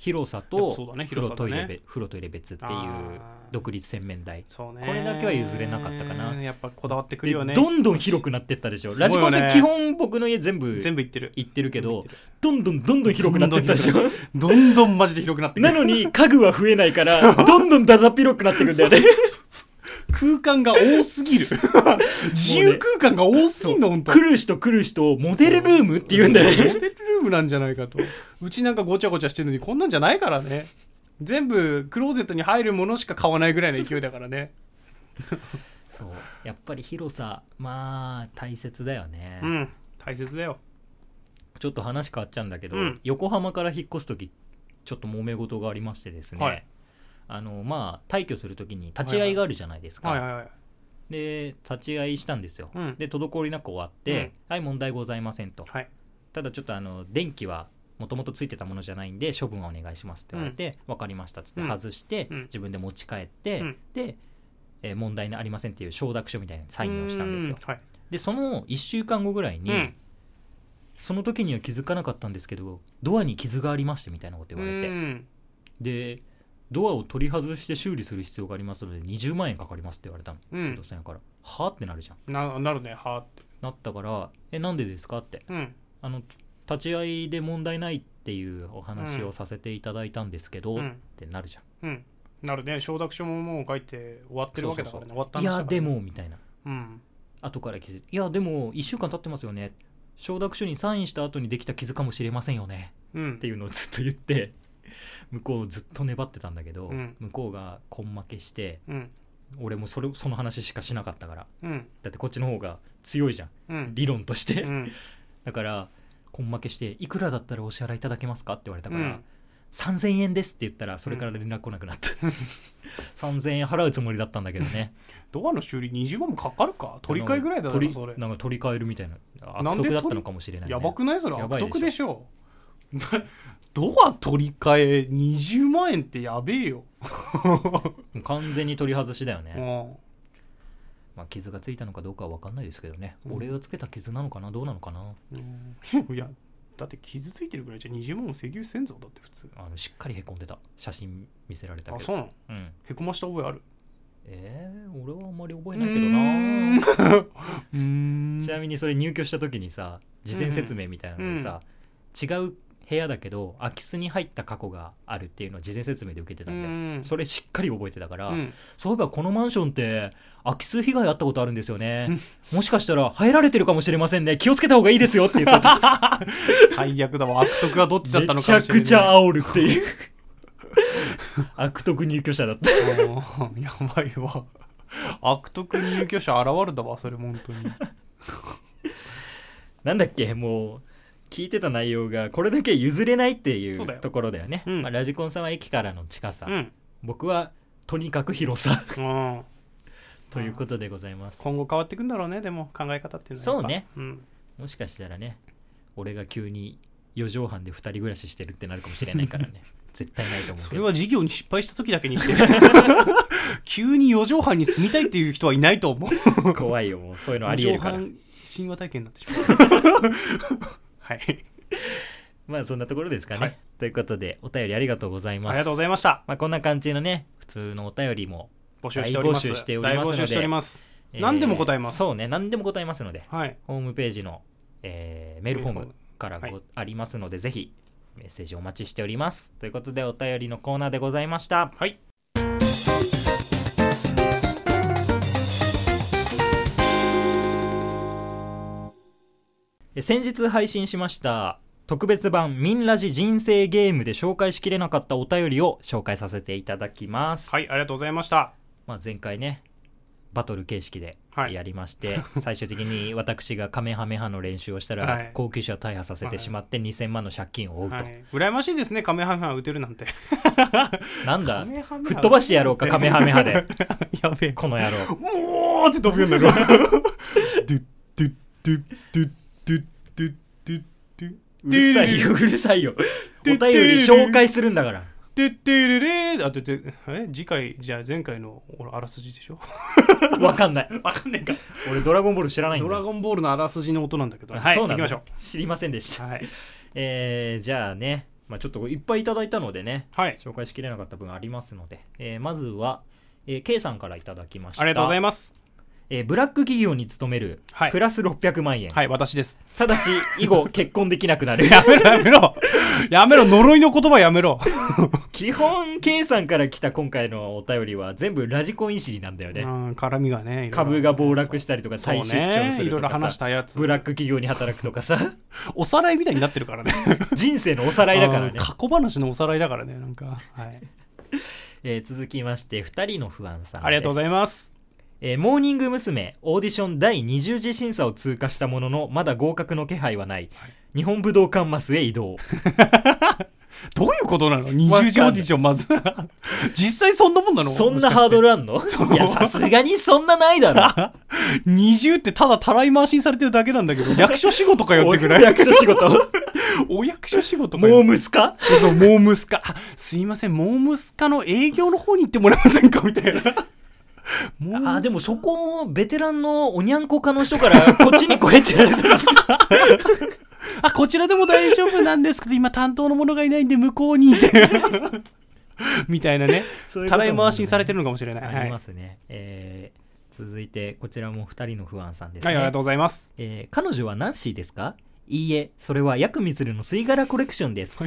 Speaker 1: 広さ
Speaker 2: やっ
Speaker 1: と
Speaker 2: ぱそうだね
Speaker 1: 風呂
Speaker 2: 広さ
Speaker 1: ト
Speaker 2: だ
Speaker 1: イ
Speaker 2: ね
Speaker 1: レべ風呂トイレ別っていう
Speaker 2: あー
Speaker 1: 独立洗面台
Speaker 2: そうね。
Speaker 1: これだけは譲れなかったかな
Speaker 2: やっぱこだわってくるよね。
Speaker 1: でどんどん広くなってったでしょ、
Speaker 2: すごい
Speaker 1: ラジ
Speaker 2: よね
Speaker 1: コンさん基本僕の家全部
Speaker 2: 全部行ってる。
Speaker 1: 行ってるけど
Speaker 2: 全部行って
Speaker 1: どんどんどんどん広くなってったでしょ
Speaker 2: どんどんどんマジで広くなってく
Speaker 1: な
Speaker 2: る。
Speaker 1: のに家具は増えないからどんどんだだっ広くなってくんだよね
Speaker 2: 空間が多すぎる。 [LAUGHS] 自由空間が多すぎんの、本当
Speaker 1: 来る人来る人をモデルルームって言うんだよね
Speaker 2: モデルルームなんじゃないかと。うちなんかごちゃごちゃしてるのにこんなんじゃないからね。全部クローゼットに入るものしか買わないぐらいの勢いだからね。
Speaker 1: そうやっぱり広さまあ大切だよね、
Speaker 2: うん。大切だよ。
Speaker 1: ちょっと話変わっちゃうんだけど、
Speaker 2: うん
Speaker 1: 横浜から引っ越す時ちょっと揉め事がありましてですね、
Speaker 2: はい
Speaker 1: あのまあ退去する時に立ち会いがあるじゃないですか、
Speaker 2: はいはいはい。
Speaker 1: で立ち会いしたんですよ、
Speaker 2: うん
Speaker 1: で滞りなく終わって、はい問題ございませんと
Speaker 2: はい。
Speaker 1: ただちょっとあの電気はもともとついてたものじゃないんで処分はお願いしますって言われて、分かりましたっつって
Speaker 2: うん
Speaker 1: 外して、
Speaker 2: うん
Speaker 1: 自分で持ち帰って、
Speaker 2: うん
Speaker 1: で、えー問題ありませんっていう承諾書みたいなサインをしたんですよ
Speaker 2: うーはい。
Speaker 1: でその1週間後ぐらいに、
Speaker 2: うん
Speaker 1: その時には気づかなかったんですけどドアに傷がありましてみたいなこと言われて、
Speaker 2: うん
Speaker 1: でドアを取り外して修理する必要がありますので20万円かかりますって言われたの
Speaker 2: うん
Speaker 1: 不動産屋からはあってなるじゃん
Speaker 2: ななるねはーって
Speaker 1: なったからえなんでですかって
Speaker 2: うん
Speaker 1: あの立ち会いで問題ないっていうお話をさせていただいたんですけど、
Speaker 2: うん
Speaker 1: ってなるじゃん
Speaker 2: うんなるね承諾書ももう書いて終わってるわけだから
Speaker 1: そ
Speaker 2: ね終わった
Speaker 1: い
Speaker 2: んだか
Speaker 1: や
Speaker 2: ら
Speaker 1: でもみたいな
Speaker 2: うん
Speaker 1: 後から気づいていやでも1週間経ってますよね承諾書にサインした後にできた傷かもしれませんよね
Speaker 2: うん
Speaker 1: っていうのをずっと言って [LAUGHS] 向こうずっと粘ってたんだけど、
Speaker 2: うん
Speaker 1: 向こうが根負けして
Speaker 2: うん
Speaker 1: 俺もそれその話しかしなかったから
Speaker 2: うん
Speaker 1: だってこっちの方が強いじゃん
Speaker 2: うん
Speaker 1: 理論として、
Speaker 2: うん
Speaker 1: だから根負けして「いくらだったらお支払いいただけますか?」って言われた
Speaker 2: う
Speaker 1: から、
Speaker 2: ん
Speaker 1: 3000円ですって言ったらそれから連絡来なくなった、3000円払うつもりだったんだけどね
Speaker 2: ドアの修理20万もかかるか [LAUGHS] 取り替えぐらいだ
Speaker 1: 取り
Speaker 2: ろそれ
Speaker 1: なんか取り替えるみたいな
Speaker 2: な
Speaker 1: 悪
Speaker 2: ん
Speaker 1: 徳
Speaker 2: で取り
Speaker 1: だったのかもしれない、ね、
Speaker 2: やばくないそれ
Speaker 1: や
Speaker 2: 悪
Speaker 1: ばいでしょ
Speaker 2: 徳でしょ [LAUGHS] ドア取り替え20万円ってやべ
Speaker 1: [LAUGHS]
Speaker 2: えよ、
Speaker 1: もう完全に取り外しだよね、
Speaker 2: うん
Speaker 1: まあ、傷がついたのかどうかは分かんないですけどね、
Speaker 2: うん
Speaker 1: 俺がつけた傷なのかなどうなのかな
Speaker 2: うん、いやだって傷ついてるぐらいじゃ20万も請求せんぞだって普通
Speaker 1: あのしっかりへこんでた写真見せられた
Speaker 2: あ
Speaker 1: け
Speaker 2: そ
Speaker 1: ど
Speaker 2: うなの
Speaker 1: うん
Speaker 2: へこました覚えある
Speaker 1: えー、俺はあんまり覚えないけどな [LAUGHS]
Speaker 2: うーん
Speaker 1: ちなみにそれ入居した時にさ事前説明みたいなのでさ、違う部屋だけど空き巣に入った過去があるっていうのを事前説明で受けてたんだよ、
Speaker 2: うん
Speaker 1: それしっかり覚えてたから、
Speaker 2: うん
Speaker 1: そういえばこのマンションって空き巣被害あったことあるんですよねもしかしたら入られてるかもしれませんね気をつけた方がいいですよって言って
Speaker 2: [LAUGHS]
Speaker 1: た
Speaker 2: 最悪だわ悪徳がどっちだった
Speaker 1: め
Speaker 2: のか
Speaker 1: ち
Speaker 2: も
Speaker 1: ゃ
Speaker 2: しれない
Speaker 1: くち
Speaker 2: [LAUGHS]
Speaker 1: ゃ煽るっていう悪徳入居者だった
Speaker 2: うんやばいわ悪徳入居者現るだわそれ本当に
Speaker 1: なんだっけもう聞いてた内容がこれだけ譲れないってい
Speaker 2: そうだ
Speaker 1: う
Speaker 2: よ
Speaker 1: ところだよね
Speaker 2: うん
Speaker 1: まあ、ラジコンさんは駅からの近さ、
Speaker 2: ん、
Speaker 1: 僕はとにかく広
Speaker 2: [LAUGHS]
Speaker 1: さ
Speaker 2: うん、
Speaker 1: ということでございます
Speaker 2: 今後変わっていくんだろうねでも考え方っていうのはやっぱ
Speaker 1: そうね、
Speaker 2: ん、
Speaker 1: もしかしたらね俺が急に4畳半で2人暮らししてるってなるかもしれないから
Speaker 2: [LAUGHS]
Speaker 1: ね絶対ないと思う
Speaker 2: そ
Speaker 1: け
Speaker 2: れ
Speaker 1: ど
Speaker 2: は事業に失敗した時だけにして急に4畳半に住みたいっていう人はいないと思う
Speaker 1: 怖いよもうそういうのあ
Speaker 2: 4
Speaker 1: りえ
Speaker 2: 畳
Speaker 1: るから
Speaker 2: 半神話体験になってしま [LAUGHS] うはい
Speaker 1: まあそんなところですかね、
Speaker 2: はい
Speaker 1: ということでお便りありがとうございます
Speaker 2: ありがとうございました
Speaker 1: まあ、こんな感じのね普通のお便りも、
Speaker 2: 募集しております
Speaker 1: 大募集しておりますので
Speaker 2: 大募集しております何でも答えます
Speaker 1: そうね何でも答えますので
Speaker 2: はい
Speaker 1: ホームページの、えーメールフォームからご、
Speaker 2: はい
Speaker 1: ありますのでぜひメッセージお待ちしておりますということでお便りのコーナーでございました
Speaker 2: はい
Speaker 1: え先日配信しました特別版「ミンラジ人生ゲーム」で紹介しきれなかったお便りを紹介させていただきます、
Speaker 2: はいありがとうございました
Speaker 1: まあ、前回ね「バトル形式で
Speaker 2: はい
Speaker 1: やりまして、最終的に私がカメハメハの練習をしたら、
Speaker 2: はい
Speaker 1: 高級車を大破させてしまって2000万の借金を負うと、
Speaker 2: はい、羨ましいですね、カメハメハ打てるなんて。
Speaker 1: なんだ
Speaker 2: メハメ
Speaker 1: 吹っ飛ばしてやろうかカメハメハで
Speaker 2: やべえ。
Speaker 1: この野郎
Speaker 2: [LAUGHS] もうって飛ぶようになる。
Speaker 1: ドゥドゥドゥドゥドゥドゥドゥドゥうるさいよう [LAUGHS] るさいよお便り紹介するんだから
Speaker 2: てってれれーあとて、え次回、じゃあ前回のほらあらすじでしょ
Speaker 1: わかんない
Speaker 2: [LAUGHS] わかんねえか。
Speaker 1: 俺ドラゴンボール知らないん
Speaker 2: ド
Speaker 1: だ
Speaker 2: ラ
Speaker 1: よ
Speaker 2: ゴンボールのあらすじの音なんだけど、はい、
Speaker 1: そ
Speaker 2: 行
Speaker 1: うなん
Speaker 2: き
Speaker 1: だ
Speaker 2: ましょ
Speaker 1: 知りませんでし
Speaker 2: う。
Speaker 1: た
Speaker 2: はい。
Speaker 1: えー、じゃあね、まあ、ちょっといっぱいいただいたのでね
Speaker 2: はい。
Speaker 1: 紹介しきれなかった分ありますので、えーまずは、えー K さんからいただきました
Speaker 2: ありがとうござい
Speaker 1: ま
Speaker 2: ます。
Speaker 1: す、えーブラック企業に勤める
Speaker 2: はい
Speaker 1: プラス600万円、
Speaker 2: はい、私です。
Speaker 1: ただし以後
Speaker 2: [LAUGHS]
Speaker 1: 結婚できなくなる
Speaker 2: やめろ、やめろ。やめろ、呪いの言葉やめろ。
Speaker 1: 基本 K さんから来た今回のお便りは全部ラジコンいじりなんだよ
Speaker 2: う
Speaker 1: ね
Speaker 2: ん、絡みがね、いろいろ
Speaker 1: 株が暴落したりとか
Speaker 2: そ
Speaker 1: 再
Speaker 2: う
Speaker 1: 出張
Speaker 2: ね。
Speaker 1: す
Speaker 2: い
Speaker 1: る
Speaker 2: ろい
Speaker 1: と
Speaker 2: ろ
Speaker 1: か
Speaker 2: 話し
Speaker 1: さ
Speaker 2: たやつ
Speaker 1: ブ。ラック企業に働くとかさ [LAUGHS]
Speaker 2: おさらいみたいになってるからね。
Speaker 1: 人生のおさらいだから
Speaker 2: うん
Speaker 1: ね、
Speaker 2: 過去話のおさらいだからね、なんか。はい。
Speaker 1: えー続きまして2人の不安さんです
Speaker 2: ありがとうございます。
Speaker 1: えーモーニング娘。オーディション第20次審査を通過したもののまだ合格の気配はない、日本武道館マスへ移動
Speaker 2: どういうことなの ?20 時オーディションまず。実際そんなもんなの
Speaker 1: そんなハードルあん
Speaker 2: [LAUGHS]
Speaker 1: のいやさすがにそんなないだろ
Speaker 2: 20ってただたらい回しにされてるだけなんだけど、役所仕事かよってくらい。
Speaker 1: 役所仕事
Speaker 2: お役所仕事か
Speaker 1: モー
Speaker 2: よ。
Speaker 1: ムスか
Speaker 2: そう、モームスカ。あすいません、モームスカの営業の方に行ってもらえませんかみたいな。モームス
Speaker 1: あでもそこベテランのおにゃんこ科の人からこっちに来いって言わ [LAUGHS] れたら
Speaker 2: あ、こちらでも大丈夫なんですけど、今担当の者がいないんで向こうに
Speaker 1: [LAUGHS]
Speaker 2: 行って。みたいなね。
Speaker 1: そういうこともあるね
Speaker 2: たらい回しにされてるのかもしれない。
Speaker 1: あり
Speaker 2: は
Speaker 1: ま
Speaker 2: い、
Speaker 1: すね、えー続いてこちらも2人の不安さんです
Speaker 2: は
Speaker 1: ね、
Speaker 2: い、ありがとうございます。
Speaker 1: えー彼女はナンシーですかいいえそれはヤクミツルの吸い殻コレクションです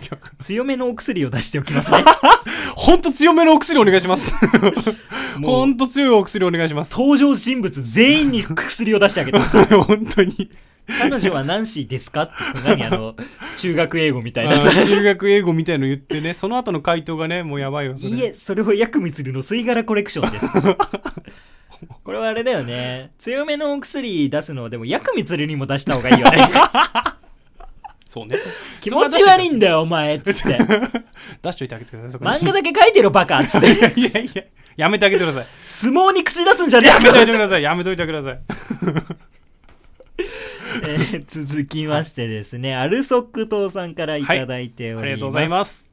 Speaker 1: 強めのお薬を出しておきますね。
Speaker 2: ほんと強めのお薬お願いします。
Speaker 1: [LAUGHS] も
Speaker 2: ほ
Speaker 1: うん
Speaker 2: と強いお薬お願い
Speaker 1: [LAUGHS]
Speaker 2: します。
Speaker 1: 登場人物全員に薬を出してあげてほしい。
Speaker 2: 本当に。
Speaker 1: 彼女はナンシーですかって、何あの、中学英語み [LAUGHS] たいなさ。
Speaker 2: あ中学英語みたいの言ってね、その後の回答がね、もうやばいよ、それ。
Speaker 1: いいえ、それはヤクミツルの吸い殻コレクショ
Speaker 2: [LAUGHS]
Speaker 1: ンです。これはあれだよね。強めのお薬出すのは、でもヤクミツルにも出した方がいいよ
Speaker 2: [LAUGHS]
Speaker 1: ね。
Speaker 2: そうね。
Speaker 1: 気持ち悪い
Speaker 2: い
Speaker 1: んだよ、お前つって。
Speaker 2: 出しといてあげてください、そこに。
Speaker 1: 漫画だけ書いてろ、バカつって。
Speaker 2: いやいやいや、やめてあげてください。
Speaker 1: 相撲に口出すんじゃね
Speaker 2: やめてあげ
Speaker 1: え
Speaker 2: て
Speaker 1: ぞ
Speaker 2: ください、やめといてください。
Speaker 1: えー続きましてですね、アルソック党さんからいただいてお
Speaker 2: あ
Speaker 1: ります。
Speaker 2: りがとうございます。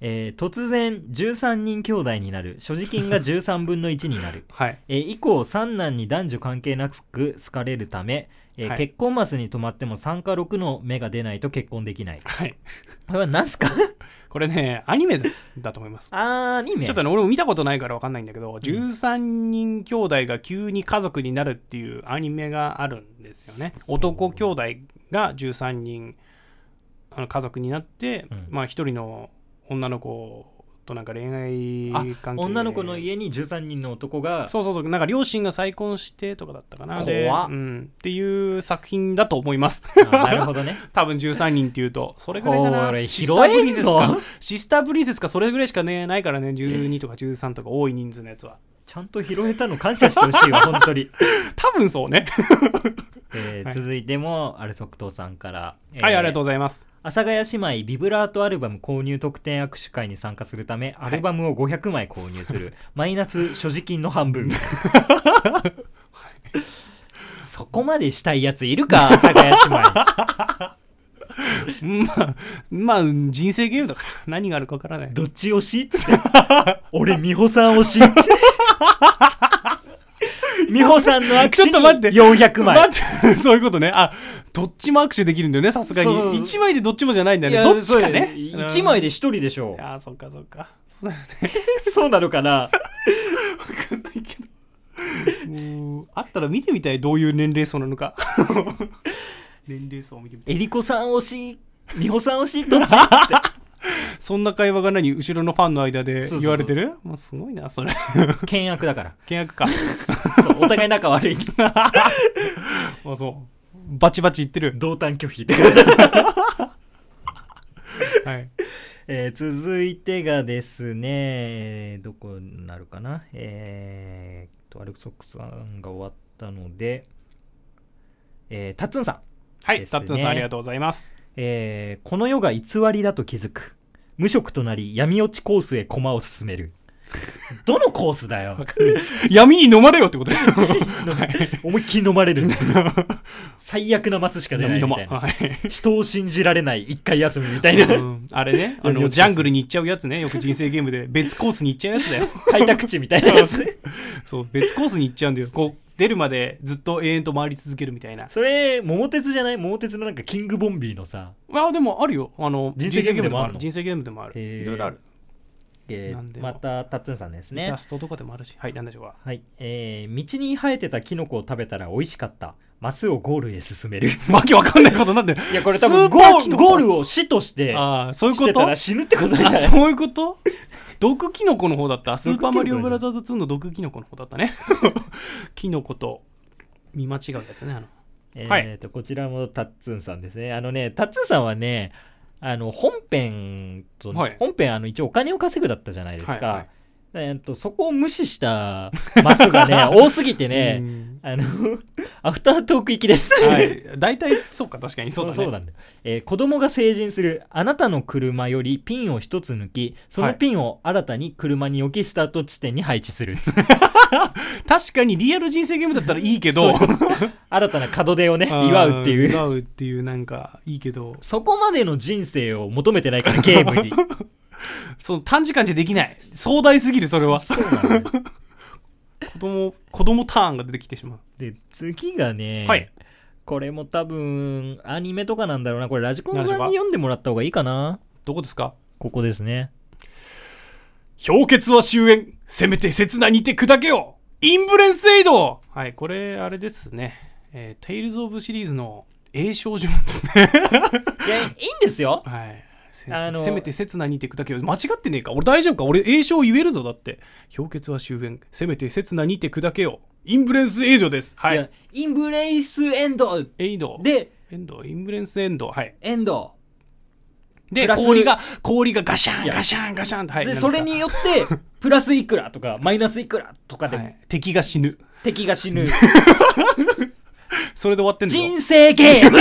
Speaker 1: えー突然13人兄弟になる所持金が13分の1になる
Speaker 2: はい。
Speaker 1: えー以降三男に男女関係なく好かれるため、えー
Speaker 2: はい
Speaker 1: 結婚マスに泊まっても3か6の目が出ないと結婚できない
Speaker 2: はい。
Speaker 1: これは何
Speaker 2: [LAUGHS]
Speaker 1: すか
Speaker 2: これね、アニメだだと思います。
Speaker 1: アニメ
Speaker 2: ちょっとね、俺も見たことないからわかんないんだけど、13人兄弟が急に家族になるっていうアニメがあるんですよね。男兄弟が13人、あの家族になって、
Speaker 1: うん
Speaker 2: まあ一人の女の子となんか恋愛
Speaker 1: あ
Speaker 2: 関係
Speaker 1: 女の子の家に13人の男が
Speaker 2: そうそうそう、なんか両親が再婚してとかだったかな。で
Speaker 1: 怖っ
Speaker 2: うん。っていう作品だと思います。
Speaker 1: あなるほどね
Speaker 2: 多分13人っていうと、それぐらいかな。
Speaker 1: これ
Speaker 2: シスタープリンセスか
Speaker 1: 広いぞ
Speaker 2: シスタープリンセスか、それぐらいしかね、ないからね、12とか13とか多い人数のやつは。
Speaker 1: ちゃんと拾えたの感謝してほしいわ本当に、
Speaker 2: 多分そうね。
Speaker 1: えー
Speaker 2: はい
Speaker 1: 続いてもアルソック党さんから、えー
Speaker 2: はい、ありがとうございます。
Speaker 1: 阿佐ヶ谷姉妹ビブラートアルバム購入特典握手会に参加するため、
Speaker 2: い
Speaker 1: アルバムを500枚購入す [LAUGHS] るマイナス所持金の半分そこまでしたいやついるか阿佐ヶ谷
Speaker 2: うんまあ、まあ、人生ゲームだから、何があるかわからない
Speaker 1: 姉妹。 [LAUGHS] どっち推しっつって俺美穂さん推しって [LAUGHS] 美穂さんの握手
Speaker 2: ちょっと待って
Speaker 1: に400枚
Speaker 2: 待って、そういうことね。あ、 [LAUGHS] どっちも握手できるんだよね、さすがに。
Speaker 1: そう
Speaker 2: 1枚でどっちもじゃないんだ
Speaker 1: いや
Speaker 2: よね。どっちかね。
Speaker 1: そう1枚で1人でしょ
Speaker 2: うん。ああ、そっかそっか。
Speaker 1: そうなのか [LAUGHS] な
Speaker 2: もうあったら見てみたい、どういう年齢層な
Speaker 1: [LAUGHS]
Speaker 2: のか。年齢層を見てみたい。
Speaker 1: えりこさん推し美穂さん推し [LAUGHS] どっち
Speaker 2: そんな会話が何後ろのファンの間で
Speaker 1: そうそうそう
Speaker 2: 言われてるもうすごいな、それ。 [LAUGHS]
Speaker 1: 険悪だから
Speaker 2: 倹約か。 [LAUGHS]
Speaker 1: そうお互い仲悪い
Speaker 2: あ、そう。バチバチ言ってる。
Speaker 1: [LAUGHS] 同担拒否で、
Speaker 2: はい。
Speaker 1: [LAUGHS] えー続いてがですねえーどこになるかなえーと、アルソックスさんが終わったので、えータッツンさん。
Speaker 2: はい、
Speaker 1: です
Speaker 2: タ
Speaker 1: ね
Speaker 2: ッツンさんありがとうございます。
Speaker 1: えーこの世が偽りだと気づく。無職となり、闇落ちコースへ駒を進め [LAUGHS] る。どのコースだよ。
Speaker 2: 闇に飲まれよ [LAUGHS] ってことだよ。
Speaker 1: 思いっきり飲まれる。 [LAUGHS] 最悪なマスしか出ない
Speaker 2: 闇飲
Speaker 1: み
Speaker 2: ま。
Speaker 1: たいな。
Speaker 2: はい
Speaker 1: 人を信じられない、一回休みみたいな。 [LAUGHS]
Speaker 2: うんあれね、あ
Speaker 1: 闇
Speaker 2: の、
Speaker 1: 落ち
Speaker 2: ジャングルに行っちゃうやつね。よく人生ゲームで別コースに行っちゃうやつ [LAUGHS] だよ。
Speaker 1: 開拓地みたいなやつ。
Speaker 2: そう、別コースに行っちゃうんだよ。こう、出るまでずっと永遠と回り続けるみたいな。
Speaker 1: それ、桃鉄じゃない桃鉄のなんかキングボンビーのさ、
Speaker 2: まあ、でもあるよ。あの、
Speaker 1: 人生ゲームでもあるの
Speaker 2: 人生ゲームでもあ
Speaker 1: へ
Speaker 2: る。
Speaker 1: ー
Speaker 2: いろいろある。
Speaker 1: えー
Speaker 2: なんでも
Speaker 1: またタッツンさんですね
Speaker 2: ダ。ストとかでもあるし。はい、なんでしょう [LAUGHS] か。
Speaker 1: はい。えー道に生えてたキノコを食べたら美味しかった。マスをゴールへ進 [LAUGHS] める。
Speaker 2: わけわかんないことになんで
Speaker 1: いや、これ多
Speaker 2: ス
Speaker 1: 分
Speaker 2: ーパー
Speaker 1: ゴ
Speaker 2: キ
Speaker 1: ー
Speaker 2: ノ
Speaker 1: ル、
Speaker 2: コ
Speaker 1: ゴールを死として、
Speaker 2: ああ、そういう
Speaker 1: し
Speaker 2: こ
Speaker 1: てた
Speaker 2: と
Speaker 1: ら死ぬってことじゃ
Speaker 2: あ、
Speaker 1: ない
Speaker 2: そういうこと毒キノコの方だった。 [LAUGHS] スーパーマリ
Speaker 1: 毒キ
Speaker 2: オ
Speaker 1: ノコ
Speaker 2: ブラザーズ2の毒キノコの方だった [LAUGHS] ね。キノコと見間違うやつね。あの
Speaker 1: え [LAUGHS]
Speaker 2: は
Speaker 1: ー
Speaker 2: い
Speaker 1: と、こちらもタッツンさんですね。あのね、タッツンさんはね、あの、本編と、
Speaker 2: はい
Speaker 1: 本編、あの、一応お金を稼ぐだったじゃないですか。
Speaker 2: はいはい
Speaker 1: えーと、そこを無視したマス [LAUGHS] がね、多すぎて
Speaker 2: う
Speaker 1: ね、
Speaker 2: ん
Speaker 1: あの、 [LAUGHS] アフタートーク行きです。
Speaker 2: はい。大体、そうか、確かにそうだね。
Speaker 1: [LAUGHS] そうなんだよ、えー子供が成人するあなたの車よりピンを一つ抜きそのピンを新たに車に置きスタート地点に配置する、 [LAUGHS]
Speaker 2: 確かにリアル人生ゲームだったらいいけど、
Speaker 1: そう新たな門出をね
Speaker 2: あー
Speaker 1: 祝うっていう
Speaker 2: 祝うっていう、なんか、いいけど、
Speaker 1: [LAUGHS] そこまでの人生を求めてないからゲー
Speaker 2: [LAUGHS]
Speaker 1: ムに
Speaker 2: その短時間じゃできない。壮大すぎる、それは。
Speaker 1: そうなのよ
Speaker 2: 子供、子供ターンが出てきてしまう。
Speaker 1: で次がね、
Speaker 2: はい
Speaker 1: これも多分アニメとかなんだろうなこれラジコンさんに
Speaker 2: ラジコン
Speaker 1: 読んでもらった方がいいかな
Speaker 2: どこですか
Speaker 1: ここですね
Speaker 2: 氷結は終焉せめて刹那にて砕けよインブレンセイドはい、これ、あれですね。えー、テイルズ・オブ・シリーズの栄翔呪文です
Speaker 1: [LAUGHS]
Speaker 2: ね。
Speaker 1: いやいいんですよ
Speaker 2: はい。せ
Speaker 1: あの
Speaker 2: せめて刹那にて砕けよ間違ってねえか俺大丈夫か俺栄翔言えるぞだって。氷結は終焉せめて刹那にて砕けよインブレンスエイドです。はい
Speaker 1: や
Speaker 2: い。
Speaker 1: インブレイスエンド
Speaker 2: エイド。、
Speaker 1: で
Speaker 2: エンド、インブレンスエンド。はい。
Speaker 1: エンドプ
Speaker 2: で、
Speaker 1: ラス
Speaker 2: 氷が、氷がガシャ
Speaker 1: い
Speaker 2: ン、
Speaker 1: や
Speaker 2: ガシャン、ガシャンって。はい。
Speaker 1: で、
Speaker 2: 何す
Speaker 1: そ
Speaker 2: か
Speaker 1: れ
Speaker 2: [LAUGHS]
Speaker 1: によって、プラスいくらとか、マイナスいくらとか
Speaker 2: は
Speaker 1: で、
Speaker 2: い敵が死ぬ。
Speaker 1: 敵が
Speaker 2: [LAUGHS]
Speaker 1: 死ぬ。
Speaker 2: それで終わってんだよ
Speaker 1: 人生ゲーム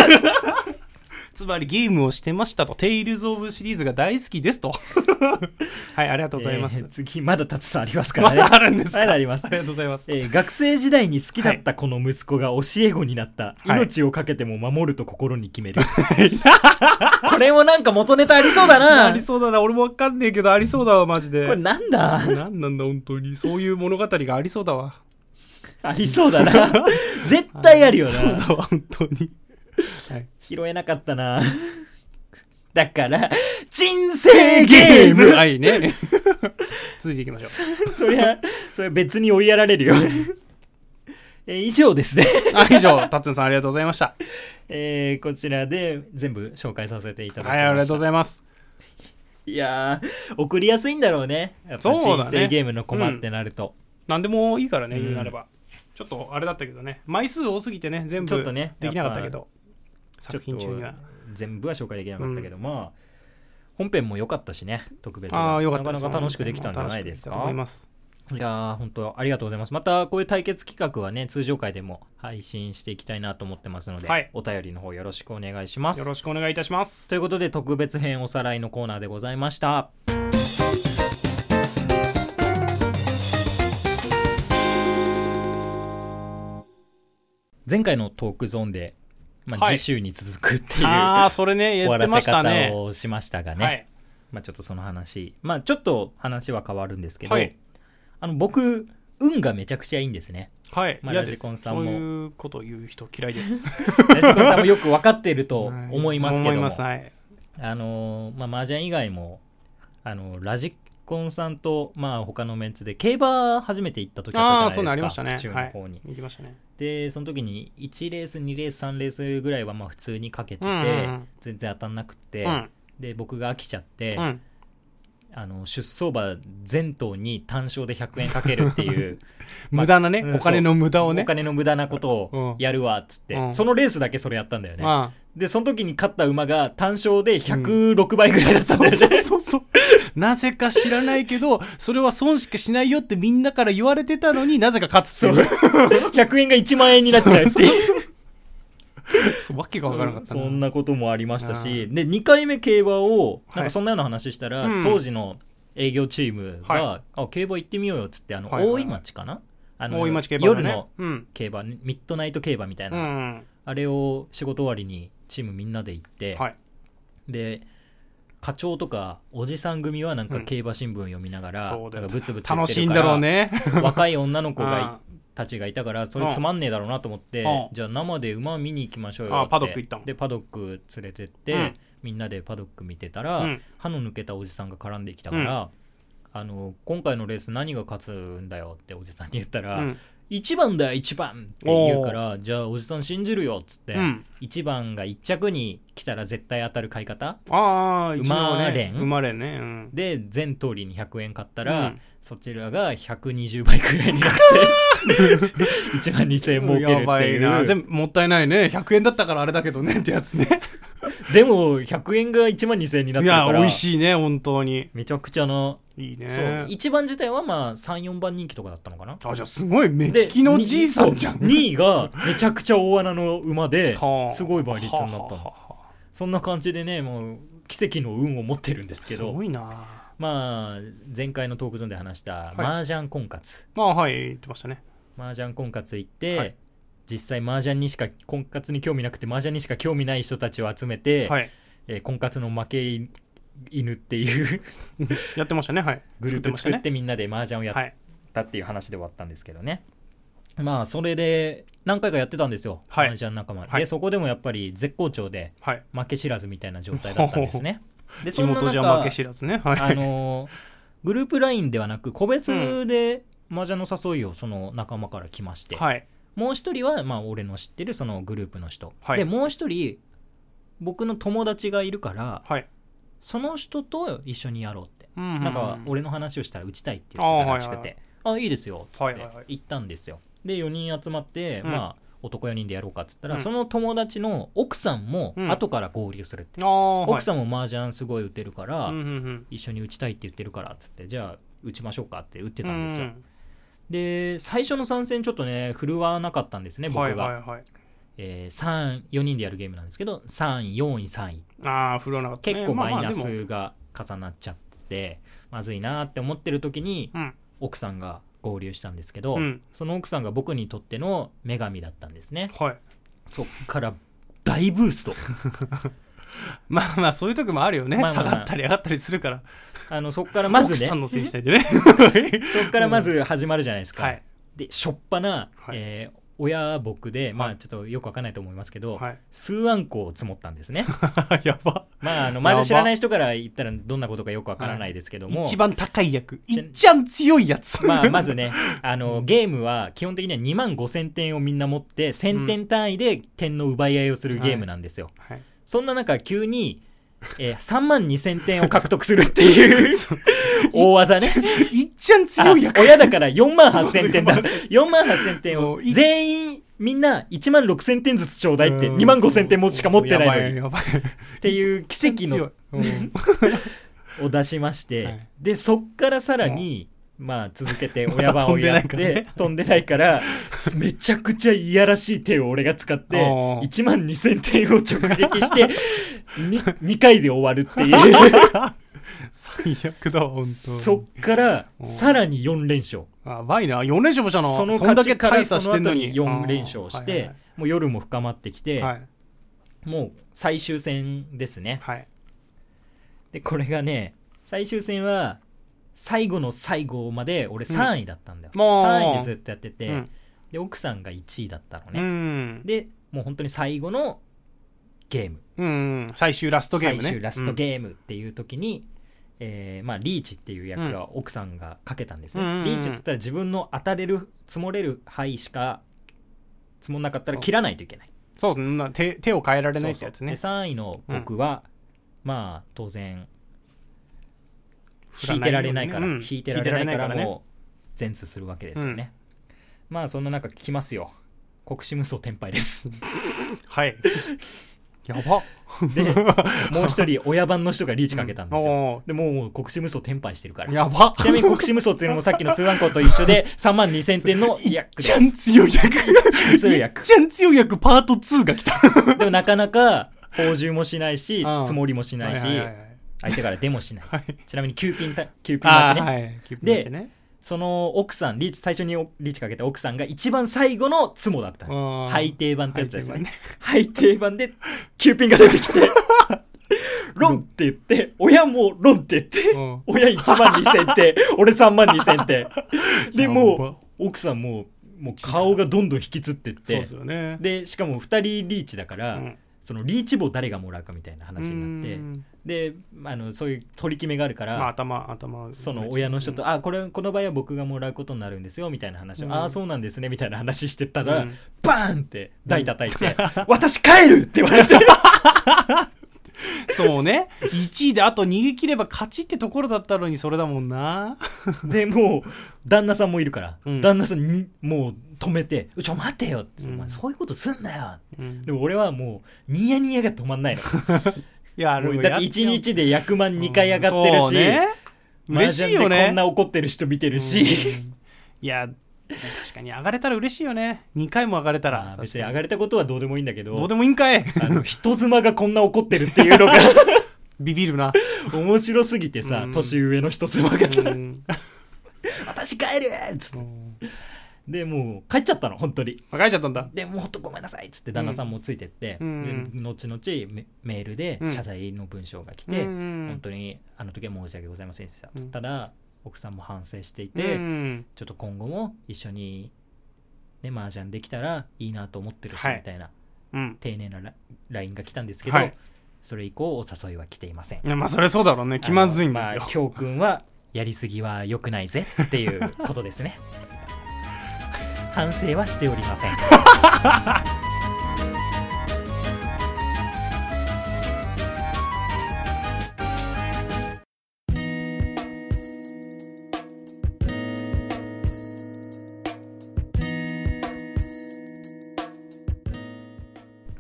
Speaker 2: つまりゲームをしてましたと、テイルズ・オブシリーズが大好きですと。 [LAUGHS] はい、ありがとうございます。
Speaker 1: えー次、まだたつさんありますから
Speaker 2: ま
Speaker 1: ね。
Speaker 2: だあるんですか
Speaker 1: まだあります
Speaker 2: あ。りがとうございます。
Speaker 1: えー学生時代に好きだったこの息子が教え子になった、
Speaker 2: はい
Speaker 1: 命を懸けても守ると心に決める、 [LAUGHS] これもなんか元ネタありそうだ
Speaker 2: あ
Speaker 1: な
Speaker 2: りそうだな、俺もわかんねえけど、ありそうだわ、マジ
Speaker 1: これ
Speaker 2: で。
Speaker 1: なんだ
Speaker 2: なんなんだ、本当に。そういう物語がありそうだわ。
Speaker 1: ありそうだ
Speaker 2: [LAUGHS]
Speaker 1: な絶対あるよ
Speaker 2: そう
Speaker 1: な
Speaker 2: だわ、本当に。はい、
Speaker 1: 拾えなかったなだから人生ゲーム
Speaker 2: は
Speaker 1: [LAUGHS]
Speaker 2: いね。続いていきましょ
Speaker 1: そりゃ、それ別に追いやられるよ。 [LAUGHS] えー以上ですね、 [LAUGHS]
Speaker 2: う。はい、以上、タッツンさんありがとうございました。
Speaker 1: えーこちらで全部紹介させていただきま
Speaker 2: はい、
Speaker 1: した。
Speaker 2: ありがとうございます。
Speaker 1: いやー、送りやすいんだろうね。やっぱ
Speaker 2: そうだね
Speaker 1: 人生ゲームのコマってなると。
Speaker 2: 何でもいいからね、
Speaker 1: うん
Speaker 2: 言うなれば。ちょっとあれだったけどね、枚数多すぎてね、全
Speaker 1: ちょ
Speaker 2: 部
Speaker 1: っとね
Speaker 2: できなかったけど、
Speaker 1: ちょ
Speaker 2: 作
Speaker 1: っと
Speaker 2: 品中には。
Speaker 1: 全部は紹介できなかったけど、まあ、本編も良かったしね、特別が
Speaker 2: ああ、よかった
Speaker 1: な
Speaker 2: です
Speaker 1: かなか楽しくできたんじゃないです
Speaker 2: 楽しくできたと思
Speaker 1: か
Speaker 2: い。ます。
Speaker 1: いやー、本当ありがとうございます。また、こういう対決企画はね、通常回でも配信していきたいなと思ってますので、
Speaker 2: はい
Speaker 1: お便りの方よろしくお願いします
Speaker 2: よ。ろしくお願いいたします。
Speaker 1: ということで特別編おさらいのコーナーでございました前回のトークゾーンで、まあ、
Speaker 2: はい
Speaker 1: 次週に続くっていう、
Speaker 2: ああ、それね、
Speaker 1: 終
Speaker 2: 言
Speaker 1: わ
Speaker 2: って
Speaker 1: ら
Speaker 2: ま
Speaker 1: せ
Speaker 2: した
Speaker 1: 方
Speaker 2: ね。
Speaker 1: をしましたがね、
Speaker 2: はい。
Speaker 1: まあ、ちょっとその話、まあ、ちょっと話は変わるんですけど、
Speaker 2: はい
Speaker 1: あの僕運がめちゃくちゃいいんですね
Speaker 2: はい。
Speaker 1: まあ
Speaker 2: 嫌です
Speaker 1: ラジコンさんも
Speaker 2: そういうことを言う人嫌いです。
Speaker 1: [LAUGHS] ラジコンさんもよく分かってると思いますけども、
Speaker 2: 思います、はい。
Speaker 1: あのーまあ麻雀以外もあのラジコンさんとまあ他のメンツで競馬初めて行った時
Speaker 2: あ
Speaker 1: あっ
Speaker 2: あー、
Speaker 1: た
Speaker 2: そ
Speaker 1: じ
Speaker 2: う
Speaker 1: ゃ
Speaker 2: な
Speaker 1: ない
Speaker 2: のあり
Speaker 1: で
Speaker 2: ますし
Speaker 1: か
Speaker 2: たね。
Speaker 1: 府中の
Speaker 2: はい
Speaker 1: 方に、。
Speaker 2: 行きましたね。
Speaker 1: でその時に1レース2レース3レースぐらいはまあ普通にかけてて、
Speaker 2: うんうんうん
Speaker 1: 全然当たんなくて、
Speaker 2: うん。
Speaker 1: で僕が飽きちゃって、
Speaker 2: うん。
Speaker 1: あの出走馬全頭に単勝で100円かけるっていう、
Speaker 2: 無駄なね
Speaker 1: う、ん
Speaker 2: [LAUGHS] お金の無駄を
Speaker 1: お
Speaker 2: ね。
Speaker 1: 金の無駄なことをやるわっつって、
Speaker 2: うん
Speaker 1: そのレースだけそれやったんだよね、
Speaker 2: まあ、
Speaker 1: で、その時に勝った馬が単勝で106倍ぐらいだったんだよね。
Speaker 2: そうそう。なぜか知らないけど、それは損しかしないよってみんなから言われてたのになぜか勝つっていう。
Speaker 1: [LAUGHS] 100円が1万円になっちゃうっていう。
Speaker 2: そうわけがわからなかった
Speaker 1: そ
Speaker 2: な。
Speaker 1: んなこともありましたし
Speaker 2: う
Speaker 1: で2回目競馬をなん
Speaker 2: は
Speaker 1: か
Speaker 2: い
Speaker 1: そんなような話したら、
Speaker 2: うん
Speaker 1: 当時の営業チームが、
Speaker 2: は
Speaker 1: あ競馬行ってみようよっつってあの、
Speaker 2: はいはいはい
Speaker 1: 大井町かなあの
Speaker 2: 大井町競馬
Speaker 1: 夜
Speaker 2: だね
Speaker 1: の
Speaker 2: うん。
Speaker 1: 競馬ミッドナイト競馬みたいうな、
Speaker 2: ん。
Speaker 1: あれを仕事終わりにチームみんなで行って、
Speaker 2: はい。
Speaker 1: で課長とかおじさん組はなん
Speaker 2: う
Speaker 1: か
Speaker 2: ん
Speaker 1: 競馬新聞読みながら、
Speaker 2: そう
Speaker 1: な
Speaker 2: だ
Speaker 1: ん
Speaker 2: よ
Speaker 1: かブツブツ言っ
Speaker 2: 楽
Speaker 1: て
Speaker 2: しい
Speaker 1: るか
Speaker 2: んだ
Speaker 1: ら
Speaker 2: ろうね。
Speaker 1: 若い女の子がい
Speaker 2: あ
Speaker 1: たちがいたからそれつまんねえだろうなと思って、
Speaker 2: うん
Speaker 1: じゃあ生で馬見に行きましょうよ
Speaker 2: あ
Speaker 1: って
Speaker 2: パドック行ったの
Speaker 1: でパドック連れてって、
Speaker 2: うん
Speaker 1: みんなでパドック見てたら、
Speaker 2: うん
Speaker 1: 歯の抜けたおじさんが絡んできたから、あの今回のレース何が勝つんだよっておじさんに言ったら、
Speaker 2: うん
Speaker 1: 1番だよ1番って言うからじゃあおじさん信じるよっつって、
Speaker 2: うん
Speaker 1: 1番が1着に来たら絶対当たる買い方
Speaker 2: ああ、一応
Speaker 1: 馬
Speaker 2: ね
Speaker 1: 連。
Speaker 2: 生まれね。うん。
Speaker 1: で全通りに100円買ったら、
Speaker 2: うん
Speaker 1: そちらが120倍くらいになって [LAUGHS] 1万2000円儲けるって
Speaker 2: やばいな。
Speaker 1: いう
Speaker 2: 全部もったいないね。100円だったからあれだけどねってやつね。
Speaker 1: でも100円が1万2000円になっ
Speaker 2: い
Speaker 1: てるか
Speaker 2: や、
Speaker 1: ら
Speaker 2: 美味しいね、本当に。
Speaker 1: めちゃくちゃな、
Speaker 2: いい
Speaker 1: そう
Speaker 2: ね。
Speaker 1: 1番自体はまあ34番人気とかだったのかな
Speaker 2: あ、じゃあすごい、目利きのじいさんじゃん。
Speaker 1: 2位がめちゃくちゃ大穴の馬で
Speaker 2: はあ
Speaker 1: すごい倍率になった
Speaker 2: はあは
Speaker 1: の
Speaker 2: あはあ
Speaker 1: そんな感じでねもう奇跡の運を持ってるんですけ
Speaker 2: す
Speaker 1: ど
Speaker 2: ごいな。
Speaker 1: まあ前回のトークゾーンで話した
Speaker 2: い
Speaker 1: 麻雀婚活、
Speaker 2: あはい、言ってましたね。
Speaker 1: 麻雀婚活行って、
Speaker 2: はい
Speaker 1: 実際麻雀にしか婚活に興味なくて麻雀にしか興味ない人たちを集めて、
Speaker 2: はい。 [LAUGHS]
Speaker 1: えー婚活の負け犬っていう
Speaker 2: やってましたね、はい。
Speaker 1: グルー
Speaker 2: 作って
Speaker 1: プ
Speaker 2: ました
Speaker 1: [LAUGHS] 作
Speaker 2: ね
Speaker 1: ってみんなで麻雀をや
Speaker 2: は
Speaker 1: っ
Speaker 2: い。
Speaker 1: たっていう話で終わったんですけどね、まあそれで何回かやってたんですよ、
Speaker 2: はい
Speaker 1: 麻雀仲間、
Speaker 2: は
Speaker 1: で
Speaker 2: い
Speaker 1: そこでもやっぱり絶好調で
Speaker 2: はい。
Speaker 1: 負け知らずみたいな状態だったんです [LAUGHS] ねで
Speaker 2: 地元じ
Speaker 1: そんな
Speaker 2: ゃ
Speaker 1: 中
Speaker 2: 負け知らずね。はい。
Speaker 1: あのーグループ LINE ではなく個別で麻雀の誘いをその仲間から来まして、
Speaker 2: はい。
Speaker 1: もう一人は、まあ、俺の知ってるそのグループの人。
Speaker 2: はい
Speaker 1: で、もう一人、僕の友達がいるから、
Speaker 2: はい。
Speaker 1: その人と一緒にやろうって。
Speaker 2: な
Speaker 1: なんか、、俺の話をしたら打ちたいって言ってたらしくて、あ,、いい、ですよ、つっ
Speaker 2: はい
Speaker 1: て
Speaker 2: はいはい
Speaker 1: 行ったんですよ。で、4人集まって、
Speaker 2: うん
Speaker 1: まあ、男4人でやろうかっつったら、
Speaker 2: うん
Speaker 1: その友達の奥さんも
Speaker 2: うん
Speaker 1: 後から合流するって。
Speaker 2: ああ、はい
Speaker 1: 奥さんも麻雀すごい打てるから、
Speaker 2: うんうん
Speaker 1: 一緒に打ちたいって言ってるからっつって、じゃあ、打ちましょうかって打って
Speaker 2: うん。
Speaker 1: たんですよ。
Speaker 2: うん
Speaker 1: で、最初の参戦ちょっとね、振るわなかったんですね、僕が。
Speaker 2: はいはいはい。
Speaker 1: えー、34人でやるゲームなんですけど3位4位3位
Speaker 2: ああ、振らなかったね。
Speaker 1: 結構マイナ
Speaker 2: まあまあでも
Speaker 1: スが重なっちゃってて、まずいなーって思ってる時に
Speaker 2: うん。
Speaker 1: 奥さんが合流したんですけど、
Speaker 2: うん
Speaker 1: その奥さんが僕にとっての女神だったんですね
Speaker 2: はい。
Speaker 1: そっから大ブースト
Speaker 2: まあまあ、そういう時もあるよね。
Speaker 1: まあまあ
Speaker 2: 下がったり上がったりするから。
Speaker 1: あのそっからま
Speaker 2: 奥
Speaker 1: ず
Speaker 2: さん
Speaker 1: ね
Speaker 2: のせいにしないで [LAUGHS] ね。
Speaker 1: そっからまず始まるじゃないですか、
Speaker 2: はい。
Speaker 1: でしょっぱな、
Speaker 2: はい
Speaker 1: えー親僕で、ま
Speaker 2: は
Speaker 1: あ
Speaker 2: い
Speaker 1: ちょっとよくわかんないと思いますけど、 [LAUGHS]
Speaker 2: はい。
Speaker 1: 数案校を積もったんです
Speaker 2: [LAUGHS]
Speaker 1: ね。
Speaker 2: やば。
Speaker 1: まあ、あの、
Speaker 2: や
Speaker 1: マ
Speaker 2: ば
Speaker 1: ジ知らない人から言ったらどんなことかよくわからないですけども、
Speaker 2: 一番高い役。一番強いやつ。
Speaker 1: まあ、まずね、あの、ゲームは基本的には2万5000点をみんな持って、1000点単位で点の奪い合いをするゲームなんですよ。
Speaker 2: [LAUGHS] はい。
Speaker 1: そんな中、急に、えー3万2000点を獲得するっていう
Speaker 2: [LAUGHS]
Speaker 1: 大技ね。
Speaker 2: 一番
Speaker 1: あ
Speaker 2: [LAUGHS] 強い役。
Speaker 1: 親だから4万8000点だ。4万8000点
Speaker 2: も
Speaker 1: を
Speaker 2: うい
Speaker 1: 全員、みんな1万6000点ずつちょうだいって、
Speaker 2: うん
Speaker 1: 2万5000点もしか持ってないのに。っ
Speaker 2: やばい
Speaker 1: ていう奇跡の
Speaker 2: の。うん
Speaker 1: を出しまして、
Speaker 2: はい
Speaker 1: でそっからさらに、まあ続けて親番を
Speaker 2: 飛んで
Speaker 1: や
Speaker 2: な
Speaker 1: っ
Speaker 2: い
Speaker 1: て、
Speaker 2: からね
Speaker 1: 飛んでないから
Speaker 2: [LAUGHS]
Speaker 1: めちゃくちゃいやらしい手を俺が使って
Speaker 2: おー
Speaker 1: 1万2000点を直撃
Speaker 2: [LAUGHS]
Speaker 1: して2回で終わるっていう
Speaker 2: [LAUGHS] 最悪だ、本当。
Speaker 1: そっからさらに4連勝
Speaker 2: やばいな。4連勝もしたの。
Speaker 1: その
Speaker 2: んだ
Speaker 1: 勝
Speaker 2: け
Speaker 1: ちから
Speaker 2: 大
Speaker 1: そ
Speaker 2: 差し
Speaker 1: の
Speaker 2: てんの
Speaker 1: 後
Speaker 2: に。
Speaker 1: に4連勝して、
Speaker 2: はいはい
Speaker 1: もう夜も深まってきて、
Speaker 2: はい。
Speaker 1: もう最終戦ですね
Speaker 2: はい。
Speaker 1: でこれがね最終戦は最後の最後まで俺3位だったんだよ、
Speaker 2: うんもう
Speaker 1: 3位でずっとやってて、
Speaker 2: うん
Speaker 1: で奥さんが1位だったの
Speaker 2: う
Speaker 1: ね、
Speaker 2: ん。
Speaker 1: でもう本当に最後のゲーム
Speaker 2: うん。最終ラストゲームね。
Speaker 1: 最終ラストゲームっていう時に、えーまあ、リーチっていう役は奥さんがかけたんですね、
Speaker 2: うんうんうん
Speaker 1: リーチっつったら自分の当たれる積もれる範囲しか積もんなかったら切らないといけない
Speaker 2: うんそうですね。手手を変えられないってやつね。
Speaker 1: そうそうで3位の僕は、まあ当然
Speaker 2: 振
Speaker 1: 引
Speaker 2: ら
Speaker 1: い
Speaker 2: ない
Speaker 1: てられ
Speaker 2: ようにね
Speaker 1: ないから、
Speaker 2: うん
Speaker 1: 引いてられないから
Speaker 2: 引いてられないからね
Speaker 1: もう全通するわけですよね、
Speaker 2: [LAUGHS]
Speaker 1: まあそんな中聞きますよ国士無双天敗です
Speaker 2: はい。 [LAUGHS] やば
Speaker 1: でもう一人親番の人がリーチかけたんですよ、
Speaker 2: [LAUGHS] お
Speaker 1: でもう国士無双転廃してるから
Speaker 2: ーやば [LAUGHS]
Speaker 1: ちなみに国士無双っていうのもさっきのスーアンコと一緒で3万2000点の医薬
Speaker 2: ちゃん強い役
Speaker 1: 通
Speaker 2: [LAUGHS]
Speaker 1: 訳
Speaker 2: ちゃん強い役パート2が来た
Speaker 1: でもなかなか報酬もしないし
Speaker 2: うん
Speaker 1: 積もりもしないし
Speaker 2: はいはいはい
Speaker 1: 相手からデもしない
Speaker 2: はい
Speaker 1: ちなみに9ピンた9ピン
Speaker 2: あ
Speaker 1: 待ち
Speaker 2: ー
Speaker 1: ね
Speaker 2: はいキューピン待ちね
Speaker 1: その奥さんリーチ最初にリーチかけた奥さんが一番最後のツモだった
Speaker 2: あー
Speaker 1: 配定版ってやつです
Speaker 2: 配定
Speaker 1: ね配定版でキューピンが出てきてロンって言って親もロンって言って
Speaker 2: うん
Speaker 1: 親1万2000点俺3万2000点で
Speaker 2: やば
Speaker 1: もう奥さんもうもう顔がどんどん引きつってっ
Speaker 2: そうで
Speaker 1: て
Speaker 2: すよね
Speaker 1: でしかも2人リーチだから、
Speaker 2: うん
Speaker 1: そのリーチ棒誰がもらうかみたいな話になって
Speaker 2: うん
Speaker 1: であのそういう取り決めがあるから、
Speaker 2: まあ頭頭
Speaker 1: その親の人と「あこれこの場合は僕がもらうことになるんですよ」みたいな話を「
Speaker 2: うん
Speaker 1: ああそうなんですね」みたいな話してたら、
Speaker 2: うん
Speaker 1: バーンって台叩いて「 [LAUGHS] 私帰る!」って言わ
Speaker 2: [LAUGHS]
Speaker 1: れて
Speaker 2: そうね。1位であと逃げ切れば勝ちってところだったのにそれだもんな。
Speaker 1: でもう旦那さんもいるから、
Speaker 2: うん
Speaker 1: 旦那さんにもう止めて「ちょ待てよ」って、
Speaker 2: うん
Speaker 1: お前そういうことすんなよ」
Speaker 2: うん
Speaker 1: でも俺はもうニヤニヤが止まんないの
Speaker 2: や
Speaker 1: も
Speaker 2: る
Speaker 1: うだって1日で100万2回上がってるし、
Speaker 2: そうね嬉しいよ
Speaker 1: 麻雀で
Speaker 2: ね。
Speaker 1: こんな怒ってる人見てるし、
Speaker 2: うんいや、確かに上がれたら嬉しいよね。2回も上がれた
Speaker 1: ま
Speaker 2: ら
Speaker 1: [LAUGHS] あ。別に上
Speaker 2: れ
Speaker 1: がれたことはどうでもいいんだけ
Speaker 2: どう
Speaker 1: ど
Speaker 2: でもいいんかい。
Speaker 1: あの人妻がこんな怒ってるっていうのが
Speaker 2: ビビるな。
Speaker 1: 面白すぎてさ、
Speaker 2: うん
Speaker 1: 年上の人妻がさ「
Speaker 2: うん
Speaker 1: 私帰る!」っつってでもう帰っちゃったの本当に。
Speaker 2: 別れちゃったんだ。
Speaker 1: でもうほんとごめんなさいっつって旦那さんもついてって、
Speaker 2: うん
Speaker 1: で後々メメールで
Speaker 2: うん
Speaker 1: 謝罪の文章が来
Speaker 2: う
Speaker 1: て、
Speaker 2: ん
Speaker 1: 本当にあの時は申し訳ございませんでした、
Speaker 2: うん
Speaker 1: ただ奥さんも反省していて、
Speaker 2: うん
Speaker 1: ちょっと今後も一緒にね麻雀できたらいいなと思ってるし、
Speaker 2: はい
Speaker 1: みたいな
Speaker 2: うん。
Speaker 1: 丁寧なラ LINE が来たんですけど、
Speaker 2: はい
Speaker 1: それ以降お誘いは来ていません
Speaker 2: いやまあそれそうだろうね。気まずいんです
Speaker 1: あの
Speaker 2: よ
Speaker 1: まあ、。教訓はやりすぎは良くないぜっていうことです
Speaker 2: [LAUGHS]
Speaker 1: ね反省はしておりません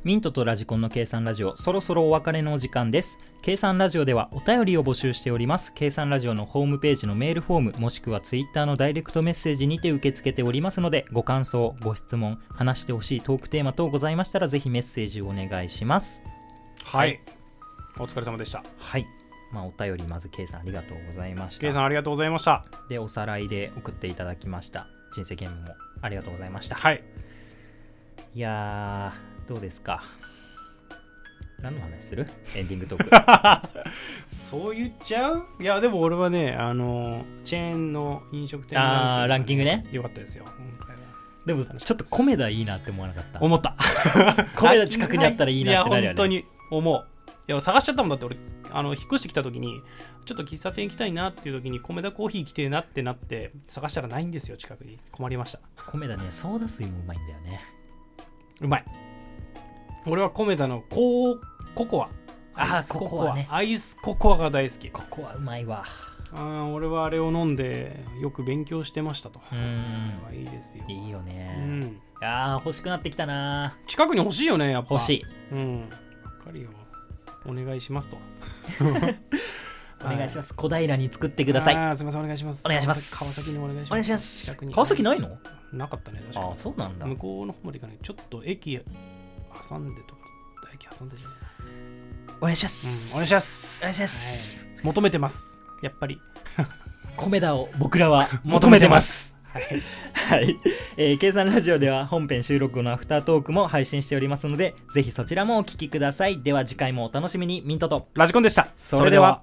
Speaker 1: ミントとラジコンの計算ラジオ、そろそろお別れのお時間です。計算ラジオではお便りを募集しております。計算ラジオのホームページのメールフォーム、もしくはツイッターのダイレクトメッセージにて受け付けておりますので、ご感想、ご質問、話してほしいトークテーマ等ございましたら、ぜひメッセージをお願いします。
Speaker 2: はい。お疲れ様でした。
Speaker 1: はい。まあ、お便り、まず計算ありがとうございまし
Speaker 2: ケイさ
Speaker 1: た。
Speaker 2: んありがとうございました。
Speaker 1: で、おさらいで送っていただきました。人生ゲームもありがとうございました。
Speaker 2: はい。
Speaker 1: いやー、どうですか。何の話するエンディングトーク。
Speaker 2: そう言っちゃういやでも俺はねあのチェーンの飲食店
Speaker 1: あーランキン
Speaker 2: よかったですよ今回は
Speaker 1: [LAUGHS] でも [LAUGHS] ちょっとコメダいいなって思わなかった [LAUGHS]
Speaker 2: 思った
Speaker 1: コメダ近くにあったらいいなってなる
Speaker 2: いや
Speaker 1: よ
Speaker 2: 本当
Speaker 1: ね
Speaker 2: に思ういや俺探しちゃったもんだって俺あの引っ越してきた時にちょっと喫茶店行きたいなっていう時に米田コーヒー行きてえなってなって探したらないんですよ近くに困りました
Speaker 1: コメダねソーダ水もうまいんだよね
Speaker 2: うまい俺は米田のコーココア
Speaker 1: あー
Speaker 2: アイスコ
Speaker 1: ココアね
Speaker 2: アイスココアが大好き
Speaker 1: ここはうまいわ
Speaker 2: あー俺はあれを飲んでよく勉強してましたと
Speaker 1: うん
Speaker 2: いいですよ
Speaker 1: いいよ
Speaker 2: う
Speaker 1: ね
Speaker 2: ん
Speaker 1: あー欲しくなってきたな
Speaker 2: 近くに欲しいよねやっぱ
Speaker 1: 欲しい
Speaker 2: うんわかるよお願いしますと
Speaker 1: お願いしますす小平に作ってください
Speaker 2: あーすみませんお願いします
Speaker 1: お願いします
Speaker 2: 川崎にもお願いしま
Speaker 1: お
Speaker 2: す
Speaker 1: 願いします
Speaker 2: 近くに
Speaker 1: 川崎ないの
Speaker 2: なかったね確
Speaker 1: あ
Speaker 2: か
Speaker 1: ーそうなんだ
Speaker 2: に向こうの方まで行かないちょっと駅挟んでとか駅挟んでじゃない
Speaker 1: お願いしま
Speaker 2: うんお
Speaker 1: す
Speaker 2: 願いします
Speaker 1: お願いします
Speaker 2: はい求めてますやっぱり
Speaker 1: コメダを僕らは求めてます
Speaker 2: はい
Speaker 1: はい、えー、計算ラジオでは本編収録後のアフタートークも配信しておりますのでぜひそちらもお聞きくださいでは次回もお楽しみにミントと
Speaker 2: ラジコンでした
Speaker 1: それでは